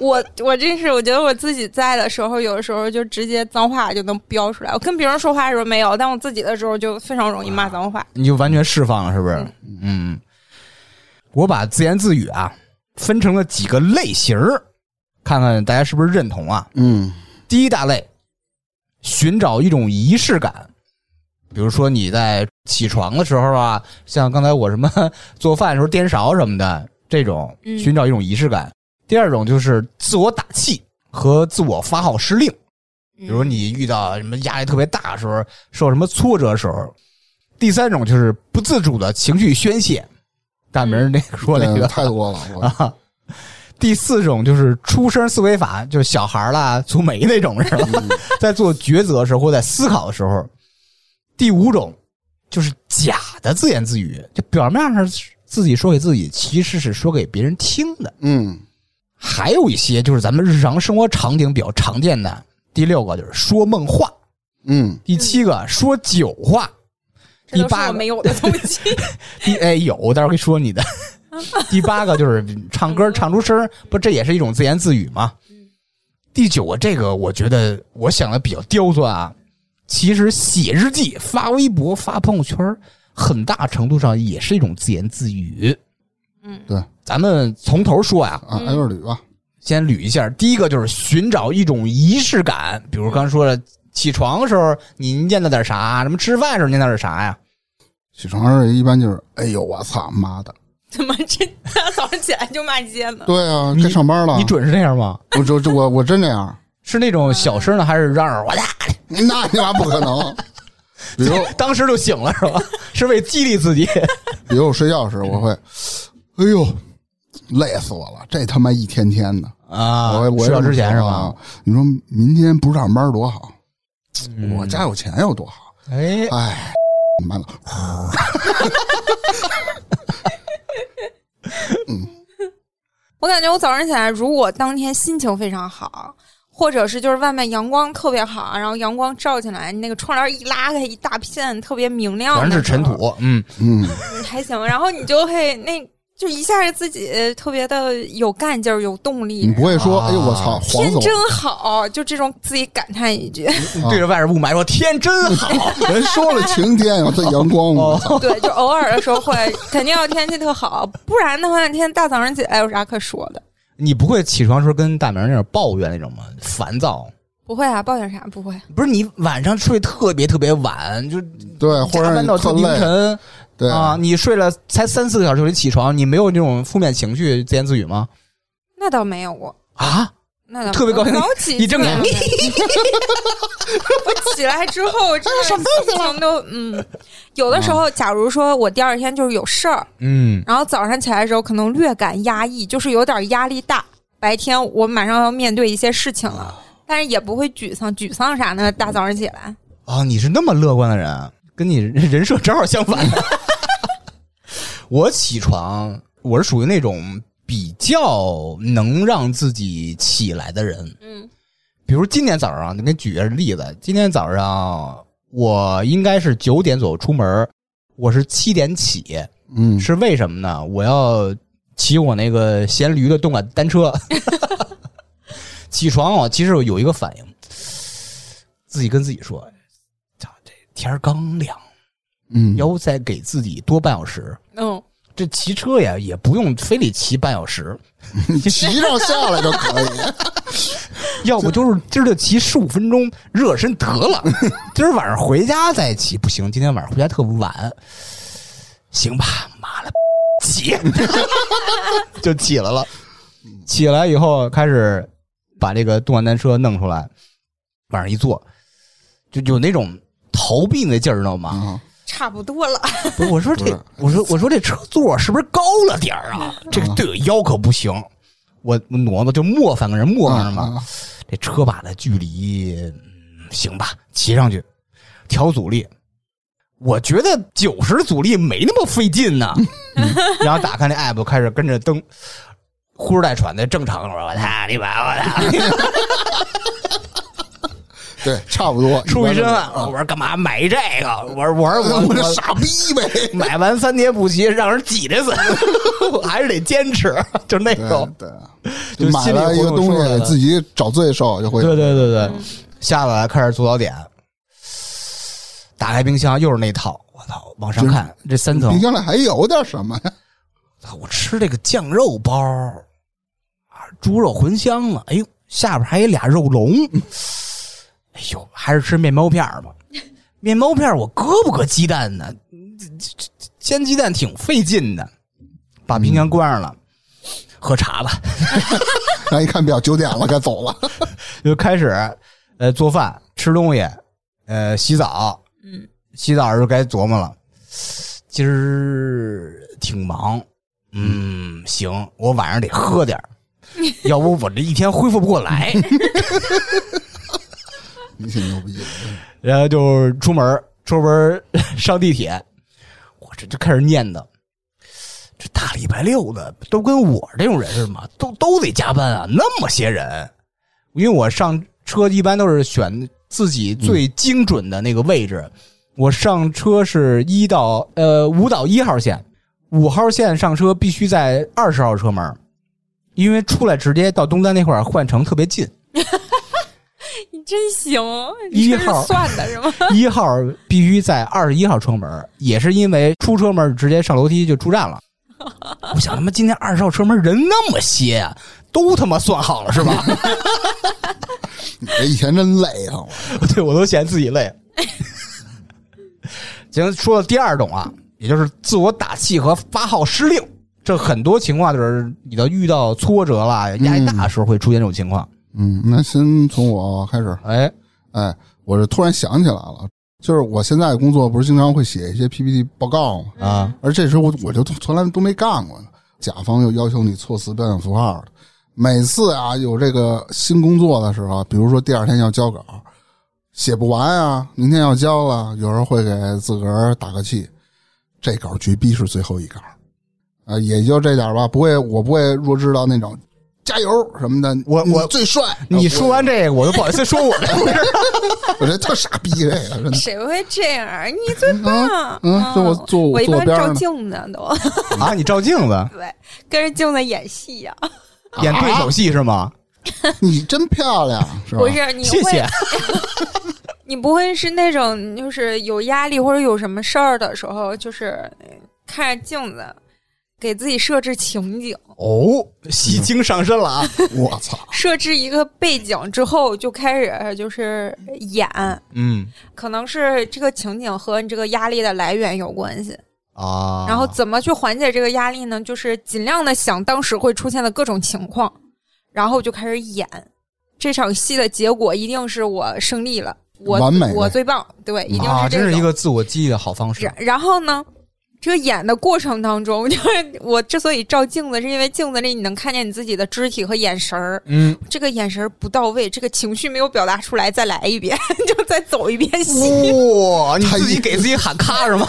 Speaker 2: 我我真是，我觉得我自己在的时候，有的时候就直接脏话就能飙出来。我跟别人说话的时候没有，但我自己的时候就非常容易骂脏话。
Speaker 1: 你就完全释放了，是不是？嗯，我把自言自语啊分成了几个类型儿，看看大家是不是认同啊？
Speaker 3: 嗯
Speaker 1: 第一大类，寻找一种仪式感，比如说你在起床的时候啊，像刚才我什么做饭的时候颠勺什么的，这种
Speaker 2: 嗯
Speaker 1: 寻找一种仪式感。第二种就是自我打气和自我发号施令。比
Speaker 2: 比
Speaker 1: 如你遇到什么压力特别大的时候，受什么挫折的时候。第三种就是不自主的情绪宣泄，大明儿那个说那
Speaker 3: 对
Speaker 1: 个
Speaker 3: 太多了，我
Speaker 1: 啊。第四种就是出生思维法，就是小孩儿啦、粗眉那种是吧？ 在做抉择的时候或在思考的时候。第五种就是假的自言自语，就表面上是自己说给自己，其实是说给别人听的。
Speaker 3: 嗯
Speaker 1: 还有一些就是咱们日常生活场景比较常见的。第六个就是说梦话，
Speaker 3: 嗯
Speaker 1: 第七个说酒话，
Speaker 2: 这
Speaker 1: 第
Speaker 2: 都是
Speaker 1: 八
Speaker 2: 我
Speaker 1: 个
Speaker 2: 没有的东西。
Speaker 1: 第哎有，我待会儿可以说你的。第八个就是唱歌唱出声儿，不这也是一种自言自语吗？第九个这个我觉得我想的比较刁钻啊，其实写日记、发微博、发朋友圈儿，很大程度上也是一种自言自语。
Speaker 2: 嗯，
Speaker 3: 对
Speaker 1: 咱们从头说呀，
Speaker 3: 啊，挨个捋吧。
Speaker 1: 先捋一下，第一个就是寻找一种仪式感，比如刚才说的，起床的时候你念叨点啥，什么吃饭的时候念叨点啥呀？
Speaker 3: 起床时候一般就是，哎呦我操妈的！
Speaker 2: 怎么这大早上起来就骂街呢？
Speaker 3: 对啊，
Speaker 1: 你
Speaker 3: 该上班了。
Speaker 1: 你准是这样吗？
Speaker 3: 我这这我我真这样，
Speaker 1: 是那种小声的，还是嚷嚷我的？
Speaker 3: 那你妈不可能。比如
Speaker 1: 当时就醒了是 吧？是为激励自己？
Speaker 3: 比如我睡觉时我会，哎呦，累死我了！这他妈一天天的，
Speaker 1: 啊
Speaker 3: 我我
Speaker 1: 睡觉之前是
Speaker 3: 啊
Speaker 1: 吧？？
Speaker 3: 你说明天不上班多好，
Speaker 1: 嗯
Speaker 3: 我家有钱有多好？
Speaker 1: 哎，
Speaker 3: 哎，妈的，
Speaker 2: 我感觉我早上起来，如果当天心情非常好，或者是就是外面阳光特别好，然后阳光照进来，那个窗帘一拉开，一大片特别明亮，
Speaker 1: 全是尘，土，嗯，
Speaker 3: 嗯，
Speaker 2: 嗯还行。然后你就会那就一下自己特别的有干劲儿，有动力
Speaker 3: 你。不会说，
Speaker 1: 啊
Speaker 3: 哎呦我操，黄
Speaker 2: 天
Speaker 3: 死我了！
Speaker 2: 真好，就这种自己感叹 一句，
Speaker 1: 对着外边雾霾说天真 好，
Speaker 3: 人说了晴天，我这阳光，我
Speaker 1: 哦
Speaker 3: 操，
Speaker 2: 对，就偶尔的时候会，肯定要天气特好，不然的话，天大早上起来有啥可说的？
Speaker 1: 你不会起床时候跟大明那种抱怨那种吗？烦躁。
Speaker 2: 不会啊，抱怨啥不会。
Speaker 1: 不是你晚上睡特别特别晚，就
Speaker 3: 对，啊或
Speaker 1: 加
Speaker 3: 者
Speaker 1: 班
Speaker 3: 你
Speaker 1: 到
Speaker 3: 特
Speaker 1: 凌
Speaker 3: 累，
Speaker 1: 晨，
Speaker 3: 对
Speaker 1: 啊，你睡了才三四个小时就得起床，你没有那种负面情绪自言自语吗？
Speaker 2: 那倒没有过，
Speaker 1: 啊，
Speaker 2: 那倒没有
Speaker 1: 特别高兴
Speaker 2: 早起
Speaker 1: 一睁眼
Speaker 2: 基本上没有我 起来之后， 真的心情都嗯，有的时
Speaker 3: 嗯
Speaker 2: 候，假如说我第二天就是有事儿，
Speaker 1: 嗯，
Speaker 2: 然后早上起来的时候可能略感压抑，就是有点压力大。白白天我马上要面对一些事情
Speaker 3: 啊
Speaker 2: 了，但是也不会沮丧，沮丧啥呢？大早上起来，
Speaker 1: 哦，你是那么乐观的人，啊跟你人人设正好相反。我起床，我是属于那种比较能让自己起来的人。
Speaker 2: 嗯
Speaker 1: 比如今天早上，你给举个例子，今天早上我应该是九点左右出门，我是七点起，
Speaker 3: 嗯，
Speaker 1: 是为什么呢？我要骑我那个闲驴的动感单车。 起床啊，其实我有一个反应，自己跟自己说：“操，这天儿刚亮，
Speaker 3: 嗯，
Speaker 1: 要不再给自己多半小时。
Speaker 2: 嗯，
Speaker 1: 这骑车呀，也不用非得骑半小时，
Speaker 3: 骑上下来就可 以。
Speaker 1: 要不就是今儿就骑十五分钟热身得 了，今儿晚上回家再骑不行，今天晚上回家特晚，行吧，妈了，起 就起来了，
Speaker 3: 嗯
Speaker 1: 起来以后开始把这个动感单车弄出来，往上一坐，就有那种逃避那劲儿，知道吗？
Speaker 3: 啊，
Speaker 2: 差不多了，
Speaker 1: 不是，我说
Speaker 3: 不
Speaker 1: 这
Speaker 3: 是，嗯
Speaker 1: 我说我说这车座是不是高了点儿啊？这个对我腰可不行，我我挪挪就磨翻个人磨翻着嘛。
Speaker 3: 啊
Speaker 1: 这车把的距离、嗯行吧，骑上去调阻力。我觉得九十阻力没那么费劲 呢、然后打开那 app 开始跟着蹬，呼哧带喘的正常。我操你妈！我操！
Speaker 3: 对，差不多。
Speaker 1: 出一身
Speaker 3: 般
Speaker 1: 汗。我说干嘛买这个？我说我
Speaker 3: 都
Speaker 1: 说
Speaker 3: 是，啊
Speaker 1: 我
Speaker 3: 我这
Speaker 1: 我
Speaker 3: 傻逼呗。
Speaker 1: 买完三天不骑，让人挤着死， 我还是得坚持，就那种。
Speaker 3: 对，
Speaker 1: 哎就
Speaker 3: 就买了一个东
Speaker 1: 心里会有数的
Speaker 3: 西，自己找罪受就会。嗯
Speaker 1: 对对对对，下来开始做早点，打开冰箱又是那套，我操，往上看这三层
Speaker 3: 冰，箱里还有点什么呀？
Speaker 1: 操我吃这个酱肉包啊，猪肉茴香了，哎呦，下边还有俩肉龙，哎呦，还是吃面包片儿吧，面包片儿我搁不搁鸡蛋呢？这这这煎鸡蛋挺费劲的，把冰
Speaker 3: 嗯
Speaker 1: 箱关上了，喝茶吧。
Speaker 3: 然后一看表，九点了，该 走了。
Speaker 1: 就开始呃做饭、吃东西，呃洗澡，
Speaker 2: 嗯，
Speaker 1: 洗澡的时候该琢磨了。今儿挺忙，嗯，行，我晚上得喝点儿要不我这一天恢复不过来。
Speaker 3: 你挺牛逼的，
Speaker 1: 然后就出门儿，出门儿 上地铁，我这就开始念叨。这大礼拜六的都跟我这种人似的嘛，都都得加班啊，那么些人，因为我上车一般都是选自己最精准的那个位置，我上车是一到呃五到一号线，五号线上车必须在二十号车门儿，因为出来直接到东单那块儿换乘特别近，
Speaker 2: 你真行，
Speaker 1: 一
Speaker 2: 你这是
Speaker 1: 号
Speaker 2: 算的是吗？
Speaker 1: 一号必须在二十一号车门，也是因为出车门直接上楼梯就出 站了。我想他妈今天二十号车门人那么些呀，都他妈算好了是 吧？
Speaker 3: 你这一天真累啊！我
Speaker 1: 对我都嫌自己 累。行，说到第二种啊，也就是自我打气和发号施令，这很多情况就是你的遇到挫折啦、压力大的时候会出现这种情况。
Speaker 3: 嗯，那先从我开始。
Speaker 1: 哎，
Speaker 3: 哎，我是突然想起来了，就是我现在工作不是经常会写一些 PPT 报告吗？
Speaker 1: 啊，
Speaker 3: 而这时候我我就从来都没干过呢。甲方又要求你措辞、标点符号的，每次啊有这个新工作的时候，啊比如说第二天要交稿，写不完啊，明天要交了，有时候会给自个儿打个气，这稿绝逼是最后一稿，啊，也就这点吧，不会，我不会弱智到那种加油什么的，
Speaker 1: 我
Speaker 3: 你
Speaker 1: 我
Speaker 3: 最帅，
Speaker 1: 你
Speaker 3: 啊
Speaker 1: 说完，这个，我都不好意思说我这回 事儿。
Speaker 3: 不会我这特傻逼，这个真的。
Speaker 2: 谁会这样儿？你最棒！
Speaker 3: 嗯就我坐我
Speaker 2: 我一
Speaker 3: 坐我
Speaker 2: 般
Speaker 3: 边
Speaker 2: 照
Speaker 3: 上呢
Speaker 2: 镜子都
Speaker 1: 啊，你照镜子
Speaker 2: 对，跟着镜子演戏啊呀、
Speaker 1: 演对手戏是吗？
Speaker 3: 你真漂亮， 是吧？
Speaker 2: 不是你
Speaker 1: 谢
Speaker 2: 会
Speaker 1: 谢。
Speaker 2: 你不会是那种就是有压力或者有什么事儿的时候，就是呃看着镜子，给自己设置情景，
Speaker 1: 哦，戏精上身了啊！
Speaker 3: 我操，
Speaker 2: 设置一个背景之后，就开始就是演，
Speaker 1: 嗯
Speaker 2: 可能是这个情景和你这个压力的来源有关系。
Speaker 1: 啊，
Speaker 2: 然后怎么去缓解这个压力呢？就是尽量的想当时会出现的各种情况，然后就开始演这场戏的结果，一定是我胜利了，我
Speaker 3: 完美嗯
Speaker 2: 我
Speaker 3: 了
Speaker 2: 最棒，对，一定
Speaker 1: 啊，
Speaker 2: 这
Speaker 1: 真是一
Speaker 2: 种
Speaker 1: 个自我激励的好方式
Speaker 2: 然然后呢，这个演的过程当中， 就是我之所以照镜子，是因为镜子里你能看见你自己的肢体和眼神儿，
Speaker 1: 嗯，
Speaker 2: 这个眼神儿不到位，这个情绪没有表达出来，再来一遍， 就再走一遍戏。
Speaker 1: 哦哇，你
Speaker 3: 太
Speaker 1: 自己给自己喊咔是吗？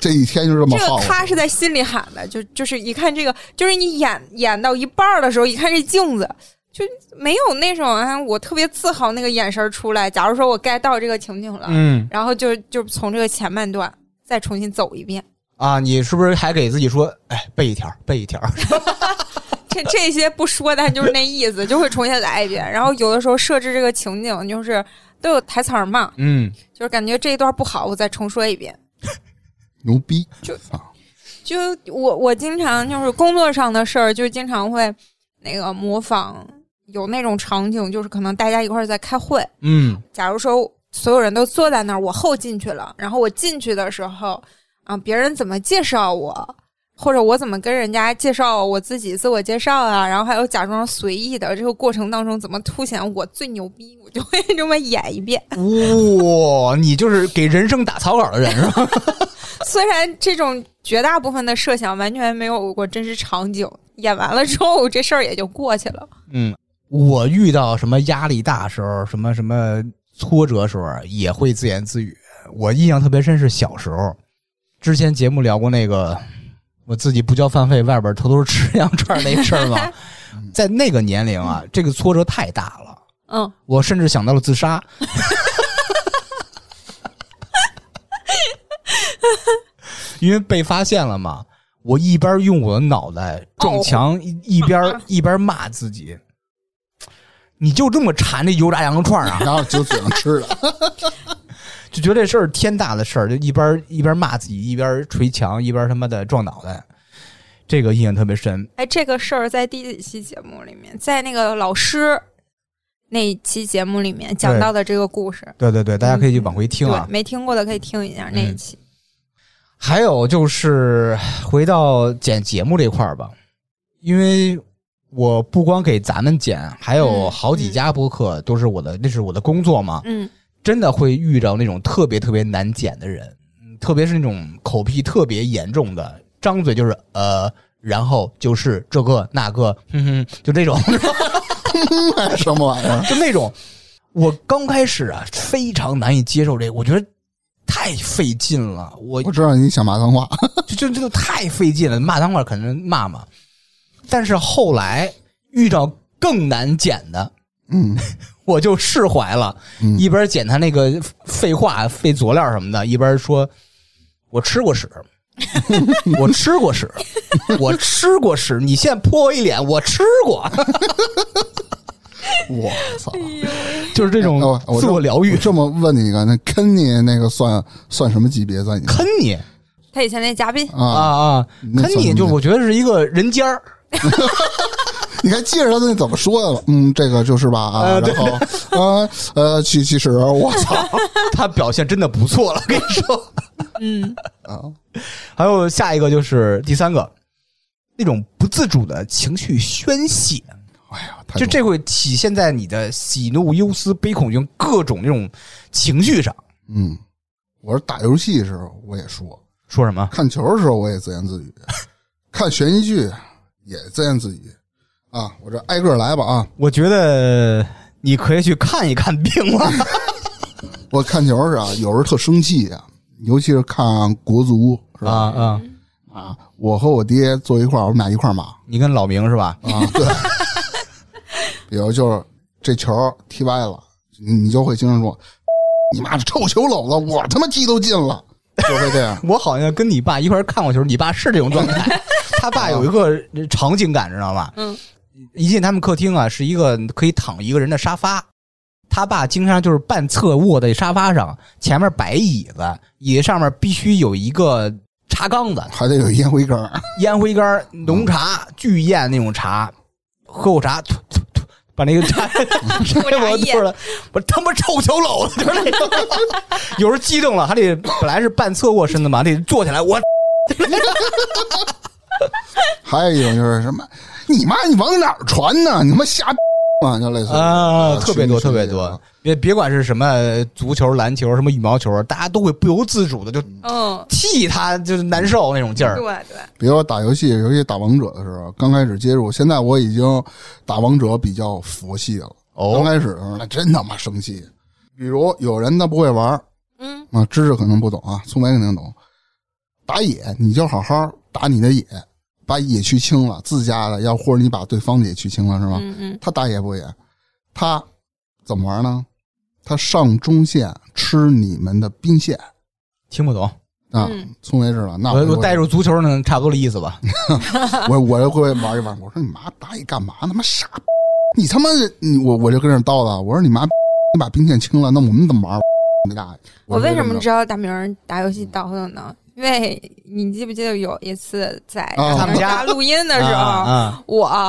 Speaker 3: 这一天就这么
Speaker 2: 这
Speaker 3: 耗
Speaker 2: 个。咔是在心里喊的，就就是一看这个，就是你演演到一半儿的时候，一看这镜子，就没有那种啊，我特别自豪那个眼神儿出来。假如说我 get 到这个情景了，
Speaker 1: 嗯
Speaker 2: 然后就就从这个前半段再重新走一遍，
Speaker 1: 啊，你是不是还给自己说，哎，背一条，背一条？
Speaker 2: 这这些不说，但就是那意思，就会重新来一遍。然后有的时候设置这个情景，就是都有台词儿嘛，
Speaker 1: 嗯，
Speaker 2: 就是感觉这一段不好，我再重说一遍。
Speaker 3: 牛逼！
Speaker 2: 就我我经常就是工作上的事儿，就经常会那个模仿有那种场景，就是可能大家一块儿在开会，
Speaker 1: 嗯
Speaker 2: 假如说所有人都坐在那儿，我后进去了，然后我进去的时候啊，别人怎么介绍我，或者我怎么跟人家介绍我自己自我介绍啊，然后还有假装随意的这个过程当中，怎么凸显我最牛逼，我就会 这么演一遍。
Speaker 1: 哇、你就是给人生打草稿的人是吧？
Speaker 2: 虽然这种绝大部分的设想完全没有过真实场景，演完了之后这事儿也就过去了。
Speaker 1: 嗯，我遇到什么压力大时候，什么什么挫折时候，也会自言自语。我印象特别深是小时候，之前节目聊过那个我自己不交饭费，外边偷偷吃羊串那事儿嘛，在那个年龄啊，这个挫折太大了。
Speaker 2: 嗯，
Speaker 1: 我甚至想到了自杀。因为被发现了嘛，我一边用我的脑袋撞墙，一一边一边骂自己。你就这么馋这油炸羊肉串啊？
Speaker 3: 然后就嘴上吃 了，
Speaker 1: 就觉得这事儿天大的事儿，就一边一边骂自己，一边捶墙，一边他妈的撞脑袋。这个印象特别深。
Speaker 2: 哎，这个事儿在第几期节目里面，在那个老师那一期节目里面讲到的这个故事，
Speaker 1: 对对对，大家可以去往回听啊
Speaker 2: 对，。没听过的可以听一下那一期。
Speaker 1: 还有就是回到剪节目这块儿吧，因为我不光给咱们剪，还有
Speaker 2: 嗯
Speaker 1: 好几家播客都是我的，那是我的工作嘛，
Speaker 2: 嗯
Speaker 1: 真的会遇到那种特别特别难剪的人，嗯特别是那种口癖特别严重的，张嘴就是呃，然后就是这个那个， 哼哼，就那种，
Speaker 3: 卖哎什么玩意儿？
Speaker 1: 就那种。我刚开始啊，非常难以接受这个，我觉得太费劲了，我
Speaker 3: 我知道你想骂脏话，
Speaker 1: 就就这都太费劲了，骂脏话肯定骂嘛。但是后来遇到更难剪的，
Speaker 3: 嗯，
Speaker 1: 我就释怀了，
Speaker 3: 嗯
Speaker 1: 一边剪他那个废话、废佐料什么的，一边说：“我吃过 屎，我吃过屎，我吃过屎。”你现在泼我一脸，我吃过， 哎
Speaker 3: 我操！
Speaker 1: 就是这种
Speaker 3: 哎我
Speaker 1: 嗯
Speaker 3: 我
Speaker 1: 自我疗愈
Speaker 3: 我。这么问你一个，那坑你那个算算什么级别在你
Speaker 1: 坑你
Speaker 2: 他以前那嘉宾，
Speaker 1: 啊
Speaker 3: 啊？
Speaker 1: 啊！
Speaker 3: 那
Speaker 1: 坑你
Speaker 3: 算
Speaker 1: 就
Speaker 3: 什么
Speaker 1: 我觉得是一个人尖儿，
Speaker 3: 你还记着他那怎么说的了？嗯，这个就是吧啊，
Speaker 1: 呃对
Speaker 3: 然后 呃呃，其其实我 操
Speaker 1: 他表现真的不错了，跟你说。
Speaker 2: 嗯，
Speaker 3: 啊，
Speaker 1: 还有下一个就是第三个，那种不自主的情绪宣泄，
Speaker 3: 哎呀，太
Speaker 1: 就
Speaker 3: 多
Speaker 1: 这会体现在你的喜怒忧思、悲恐惧各种那种情绪上。
Speaker 3: 嗯，我是打游戏的时候我也说，
Speaker 1: 说什么？
Speaker 3: 看球的时候我也自言自语， 看悬疑剧也自言自语啊，我这挨个来吧啊，
Speaker 1: 我觉得你可以去看一看病 了。
Speaker 3: 我看球是啊，有时候特生气啊，尤其是看国足是
Speaker 1: 啊
Speaker 3: 吧？
Speaker 1: 啊！
Speaker 3: 啊，我和我爹坐一块儿，我们俩一块儿骂
Speaker 1: 你跟老明是吧？。
Speaker 3: 啊，对， 比如就是这球踢歪了，你你就会经常说， 你妈这臭球篓子，我他妈踢都进了，就会这样
Speaker 1: 我好像跟你爸一块儿看过球，你爸是这种状 态。他爸有一个场景感，知道吧？
Speaker 2: 嗯，
Speaker 1: 一进他们客厅啊，是一个可以躺一个人的沙发。他爸经常就是半侧卧在沙发上，前面摆椅子，椅子上面必须有一个茶缸子，
Speaker 3: 还得有烟灰缸，
Speaker 1: 烟灰缸、浓
Speaker 2: 嗯
Speaker 1: 茶、巨宴那种茶，喝口茶，吐吐吐，把那个茶
Speaker 2: 是我 茶
Speaker 1: 我
Speaker 2: 叶
Speaker 1: 吐了， 我他妈臭球篓子，就是那 种。有时候激动了，还得本来是半侧卧身子嘛，得坐起来，我
Speaker 3: 还有一种就是什么，你妈你往哪儿传呢？你他妈瞎，啊，就类似于
Speaker 1: 啊，
Speaker 3: 呃
Speaker 1: 特别多，特别多。别别管是什么足球、篮球、什么羽毛球，大家都会不由自主的就
Speaker 2: 嗯，
Speaker 1: 替他就是难受那种劲儿
Speaker 2: 对。对，
Speaker 3: 比如我打游戏，尤其打王者的时候，刚开始接触，现在我已经打王者比较佛系了。
Speaker 1: 哦，
Speaker 3: 刚开始的时候那真他妈生气。比如有人他不会玩
Speaker 2: 嗯
Speaker 3: 啊，知识可能不懂啊，苏梅肯定懂。打野你就好好打你的野，把野区清了，自家的要或者你把对方的野区清了是吧？
Speaker 2: 嗯嗯，
Speaker 3: 他打野不野，他怎么玩呢？他上中线吃你们的兵线
Speaker 1: 听不懂，
Speaker 3: 啊
Speaker 2: 嗯，
Speaker 3: 苏梅知道。那
Speaker 1: 我
Speaker 3: 就
Speaker 1: 我带入足球呢，差不多的意思吧。
Speaker 3: 我我就会玩一玩。我说你妈打野干嘛？他妈傻逼！你他妈你我我就跟那儿叨叨，我说你妈逼，你把兵线清了，那我们怎么玩？你大爷！
Speaker 2: 我为什么
Speaker 3: 这
Speaker 2: 知道大明儿打游戏倒腾呢？因为你记不记得有一次在
Speaker 3: 啊
Speaker 2: 咱们家录音的时
Speaker 1: 嗯哦啊
Speaker 2: 候，
Speaker 1: 啊，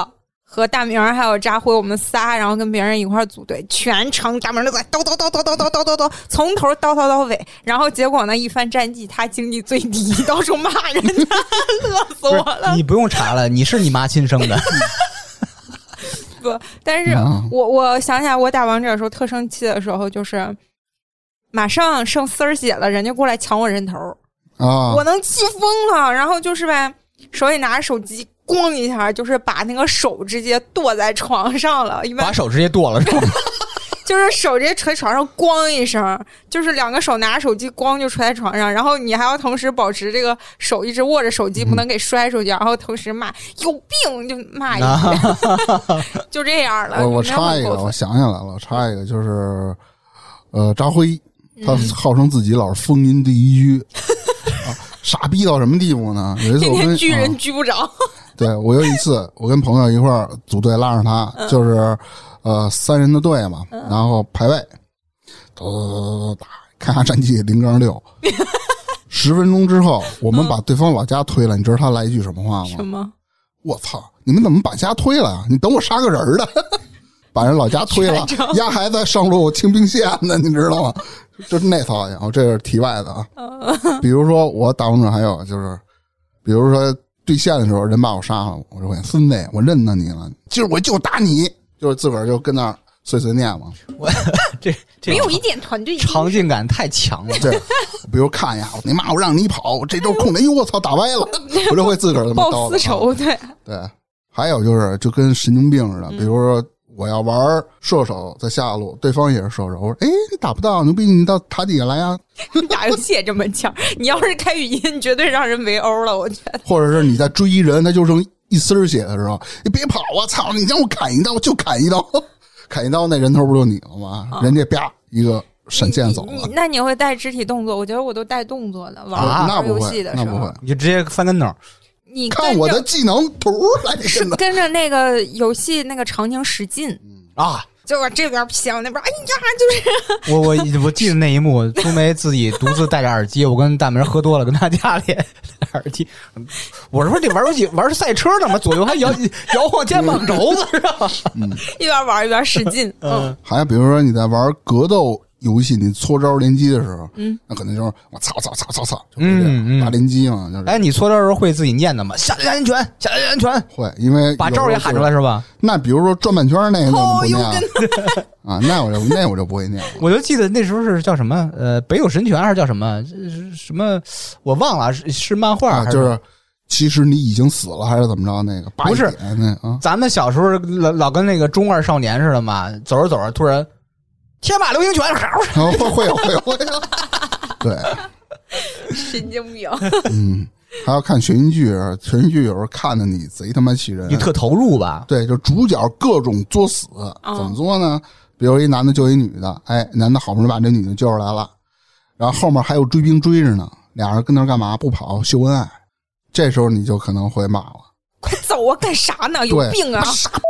Speaker 2: 我和大明儿还有扎辉，我们仨，然后跟别人一块儿组队，全程大明儿都在叨叨叨叨叨叨叨叨叨，从头叨叨到尾，然后结果呢，一番战绩他经济最低， 到处骂人家，乐死
Speaker 1: 不
Speaker 2: 我
Speaker 1: 是
Speaker 2: 了。
Speaker 1: 你不用查了，你是你妈亲生 的。
Speaker 2: 不，但是
Speaker 3: 嗯
Speaker 2: 我我想起来，我打王者的时候特生气的时候，就是马上剩丝儿血了，人家过来抢我人头。
Speaker 3: 啊
Speaker 2: 我？能气疯了。然后就是呗，手里拿着手机，咣一下就是把那个手直接剁在床上了，一
Speaker 1: 把
Speaker 2: 般
Speaker 1: 手直接剁了是吧？
Speaker 2: 就是手直接捶床上，咣一声，就是两个手拿着手机，咣就捶在床上。然后你还要同时保持这个手一直握着手机，不能给摔出去，然后同时骂有病就骂一 句， 就这样了。
Speaker 3: 我我
Speaker 2: 没有很
Speaker 3: 插一个，
Speaker 2: 过
Speaker 3: 我
Speaker 2: 分
Speaker 3: 想起来了，我插一个就是，呃，扎辉，他
Speaker 2: 嗯
Speaker 3: 号称自己老是风音第一居。啊 傻逼到什么地步呢？有一 次
Speaker 2: 今
Speaker 3: 我跟
Speaker 2: 天居
Speaker 3: 啊
Speaker 2: 人居不着，
Speaker 3: 对我有一次，我跟朋友一块儿组队拉上他，就是呃三人的队嘛，然后排位，嘟嘟嘟嘟打，看下战绩零杠六。十分钟之后，我们把对方老家推了，你知道他来一句什么话
Speaker 2: 什
Speaker 3: 吗？
Speaker 2: 么
Speaker 3: 我操！你们怎么把家推了呀？啊你等我杀个人儿的，把人老家推了
Speaker 2: 全，程
Speaker 3: 丫还在上路清兵线呢，你知道吗？就是那操性，这是题外的啊。
Speaker 2: 哦
Speaker 3: 比如说我打王者，还有就是，比如说对线的时候，人把我杀了，我就会孙子，我认得你了，今儿我就打你，就是自个儿就跟那儿碎碎念嘛。
Speaker 1: 这这
Speaker 2: 没有一点团队精
Speaker 1: 场
Speaker 2: 神。
Speaker 1: 景感太强 了。
Speaker 3: 对，比如看一下，你妈我让你跑，这都空的，哎呦我操，打歪 了，我就会自个儿这么
Speaker 2: 报
Speaker 3: 叨
Speaker 2: 私
Speaker 3: 叨啊。
Speaker 2: 仇，对，
Speaker 3: 对，还有就是就跟神经病似的，比
Speaker 2: 嗯
Speaker 3: 如说我要玩射手在下路，对方也是射手，我说哎你打不到，牛逼，你到塔底下来呀，
Speaker 2: 打游戏也这么强， 你要是开语音，绝对让人围殴了。我觉得
Speaker 3: 或者是你在追人，他就剩一丝儿血的时候，你别跑啊，操，你让我砍一刀就砍一刀，砍一刀那人头不就你了吗？人家啪一个闪现走
Speaker 2: 啊你
Speaker 3: 了
Speaker 2: 你，那你会带肢体动作？我觉得我都带动作的，玩、
Speaker 1: 啊
Speaker 3: 那
Speaker 2: 玩
Speaker 3: 不
Speaker 2: 游戏
Speaker 3: 会，
Speaker 2: 的
Speaker 3: 那
Speaker 2: 时
Speaker 3: 不
Speaker 2: 候
Speaker 3: 会，，
Speaker 1: 你就直接翻跟头，
Speaker 2: 你跟
Speaker 3: 看我的
Speaker 2: 着
Speaker 3: 技能图来
Speaker 2: 是
Speaker 3: 真的。
Speaker 2: 跟着那个游戏那个场景使劲，
Speaker 3: 嗯
Speaker 1: 啊！
Speaker 2: 就往这边撇，往那边，哎呀，就 是
Speaker 1: 我我我记得那一幕，苏梅自己独自戴着耳机，我跟大明喝多了，跟他家里戴耳机。我说这玩游戏玩赛车呢嘛，左右还摇 摇晃肩膀轴子是吧？
Speaker 2: 一边玩一边使劲，嗯，
Speaker 3: 还有比如说你在玩格斗游戏，你搓招连击的时候，
Speaker 2: 嗯，
Speaker 3: 那可能就是我操操操操操，就
Speaker 1: 嗯
Speaker 3: 是这样
Speaker 1: 嗯
Speaker 3: 打连击嘛，就是
Speaker 1: 哎，你搓招的时候会自己念的吗？下来安全，下来安全，
Speaker 3: 会，因为
Speaker 1: 把招也喊出来
Speaker 3: 有时候就是。
Speaker 1: 是吧？
Speaker 3: 那比如说转半圈那个，我
Speaker 2: 哦
Speaker 3: 不
Speaker 2: 呦
Speaker 3: 念啊啊，那我就那我就不会 念了。
Speaker 1: 我就记得那时候是叫什么？呃，北有神拳还是叫什么？是什么？我忘了，是是漫画
Speaker 3: 啊
Speaker 1: 还，
Speaker 3: 就是其实你已经死了还是怎么着？那个
Speaker 1: 不是
Speaker 3: 八一点那啊，
Speaker 1: 咱们小时候老老跟那个中二少年似的嘛，走着走着突然天马流星拳，
Speaker 3: 啊 会会有会有会有，对，
Speaker 2: 神经病，
Speaker 3: 嗯，还要看悬疑剧，悬疑剧有时候看的你贼他妈气人，啊
Speaker 1: 你特投入吧？
Speaker 3: 对，就主角各种作死，
Speaker 2: 嗯
Speaker 3: 怎么作呢？比如一男的救一女的，哎，男的好不容易把这女的救出来了，然后后面还有追兵追着呢，俩人跟那儿干嘛？不跑，秀恩爱。这时候你就可能会骂了，
Speaker 2: 快走啊，干啥呢？有
Speaker 3: 对
Speaker 2: 病啊
Speaker 3: 妈！傻逼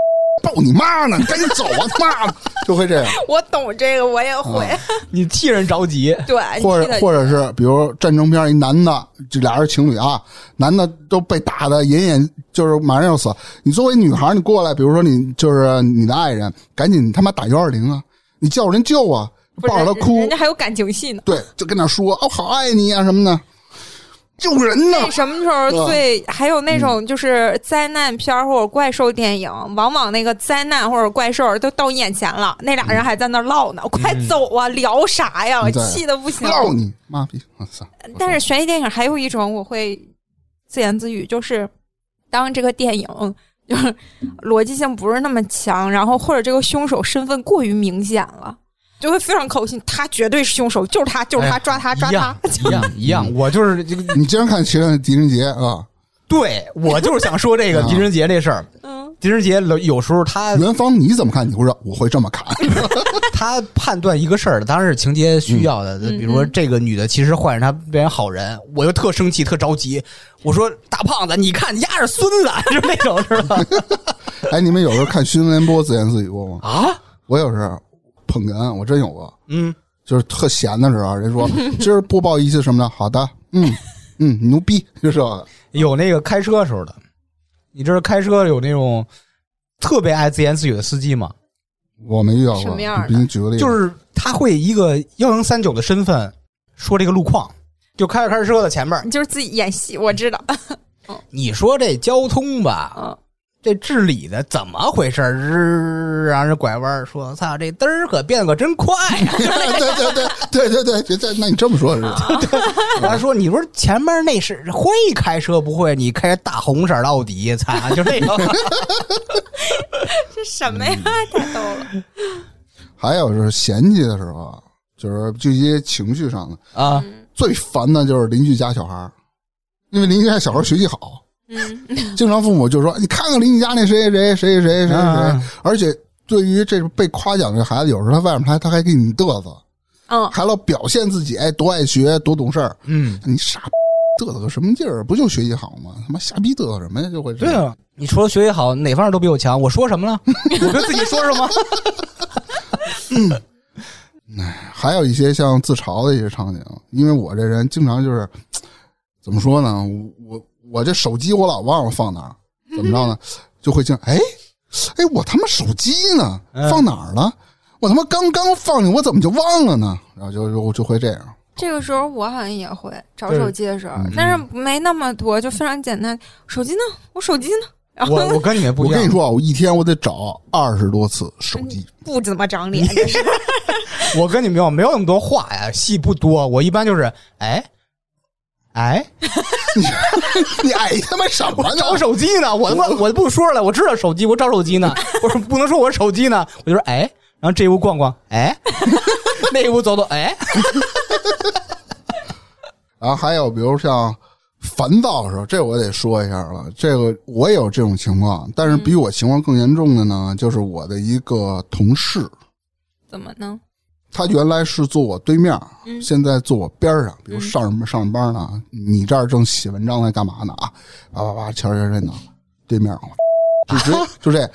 Speaker 3: 抱你妈呢，你赶紧走啊，他妈的，就会这 样。啊
Speaker 2: 我懂这个，我也会，
Speaker 1: 你替人着急，
Speaker 2: 对，
Speaker 3: 嗯或
Speaker 2: 你记
Speaker 3: 者
Speaker 2: 得
Speaker 3: 或者是比如战争片，一男的，这俩人情侣啊，男的都被打的奄奄，就是马上要死。你作为女孩，你过来，比如说你就是你的爱人，赶紧他妈打幺二零啊，你叫人救啊，
Speaker 2: 不是
Speaker 3: 抱着他哭
Speaker 2: 人家，还有感情戏呢。
Speaker 3: 对，就跟那说哦，好爱你啊什么的。救人呢
Speaker 2: 那！什么时候最？还有那种就是灾难片儿或者怪兽电影，往往那个灾难或者怪兽都到眼前了，那俩人还在那儿唠呢，快走啊，聊啥呀？
Speaker 3: 嗯对
Speaker 2: 气的不行。
Speaker 3: 告你妈逼！我 操！
Speaker 2: 但是悬疑电影还有一种我会自言自语，就是当这个电影就是逻辑性不是那么强，然后或者这个凶手身份过于明显了，就会非常口信，他绝对是凶手，就是他，就是他，
Speaker 1: 哎
Speaker 2: 抓他，抓
Speaker 1: 一
Speaker 2: 他
Speaker 1: 样。一样一样，我就是 这个，
Speaker 3: 你竟然看《奇人狄仁杰》啊？
Speaker 1: 对我就是想说这个
Speaker 3: 啊
Speaker 1: 狄仁杰这事儿。
Speaker 2: 嗯，
Speaker 1: 狄仁杰有时候
Speaker 2: 呃
Speaker 1: 他
Speaker 3: 元芳你怎么看？你会说我会这么看？
Speaker 1: 他判断一个事儿，当然是情节需要的。
Speaker 2: 嗯
Speaker 1: 比如说，这个女的其实坏人，她变成好人，我就特生气、特着
Speaker 2: 嗯
Speaker 1: 急。我说：“大胖子，你看，压着孙子， 是那种是吧？
Speaker 3: 哎，你们有时候看新闻播自言自语过吗？
Speaker 1: 啊，
Speaker 3: 我有时候捧哏，我真有过，
Speaker 1: 嗯，
Speaker 3: 就是特闲的时候，人说今儿播报一些什么的，好的，嗯嗯，牛逼，就是吧
Speaker 1: 有那个开车时候的，你知道开车有那种特别爱自言自语的司机吗？
Speaker 3: 我没遇到过。
Speaker 2: 什么样的
Speaker 3: 你给你举个例子，
Speaker 1: 就是他会一个幺零三九的身份说这个路况，就开着开着车在前面，
Speaker 2: 你 就是自己演戏，我知道。
Speaker 1: 你说这交通吧，
Speaker 2: 嗯，
Speaker 1: 这治理的怎么回事儿？日让人拐弯儿说，操，这嘚儿可变得可真快 呀、
Speaker 3: 对对对对对对，别再，那你这么说是吧？
Speaker 1: 然后说，你说前面那是会开车不会？你开大红色儿的奥迪， 操，就这种。
Speaker 2: 这什么
Speaker 1: 嗯
Speaker 2: 呀？太 逗了。
Speaker 3: 还有就是嫌弃的时候啊，就是就一些情绪上的，
Speaker 1: 啊，
Speaker 3: 最烦的就是邻居家小孩儿，因为邻居家小孩儿学习好，
Speaker 2: 嗯，
Speaker 3: 经常父母就说：“你看看邻居家那谁谁谁谁谁谁谁
Speaker 1: 啊。”
Speaker 3: 而且对于这种被夸奖的孩子，有时候他外面他他还给你嘚瑟，
Speaker 2: 嗯，
Speaker 3: 还老表现自己，哎，多爱学，多懂事儿。
Speaker 1: 嗯，
Speaker 3: 你傻逼嘚瑟个什么劲儿？不就学习好吗？他妈瞎逼嘚瑟什么呀？就会这
Speaker 1: 对
Speaker 3: 样。
Speaker 1: 啊，你除了学习好，哪方面都比我强。我说什么了？ 我跟自己说什么？
Speaker 3: 还有一些像自嘲的一些场景，因为我这人经常就是怎么说呢？我我这手机我老忘了放哪儿，怎么着呢？就会经哎哎，我他妈手机呢？
Speaker 1: 嗯
Speaker 3: 放哪儿了？我他妈刚刚放进，我怎么就忘了呢？然后就就就会这样。
Speaker 2: 这个时候我好像也会找
Speaker 1: 对
Speaker 2: 手机的时候
Speaker 3: 嗯，
Speaker 2: 但是没那么多，就非常简单。手机呢？我手机呢？然后
Speaker 1: 我我跟你们不
Speaker 3: 我
Speaker 1: 一样。
Speaker 3: 跟你说啊，我一天我得找二十多次手 机。
Speaker 2: 不怎么长脸，这是
Speaker 1: 我跟你们有没有那么多话呀？戏不多，我一般就是哎哎，
Speaker 3: 你哎他妈什么呢？
Speaker 1: 找手机呢，我他妈我不说了，我知道手机，我找手机呢，我说不能说我手机呢，我就说哎，然后这屋逛逛，哎， 那屋走走，哎，
Speaker 3: 然后还有比如像烦躁的时候，这我得说一下了。这个我也有这种情况，但是
Speaker 2: 嗯
Speaker 3: 比我情况更严重的呢，就是我的一个同事，
Speaker 2: 怎么呢？
Speaker 3: 他原来是坐我对面，
Speaker 2: 嗯
Speaker 3: 现在坐我边上。比如上什么上着班呢，你这儿正写文章呢，干嘛呢啊？叭叭叭，瞧瞧这呢，对面我就直 就这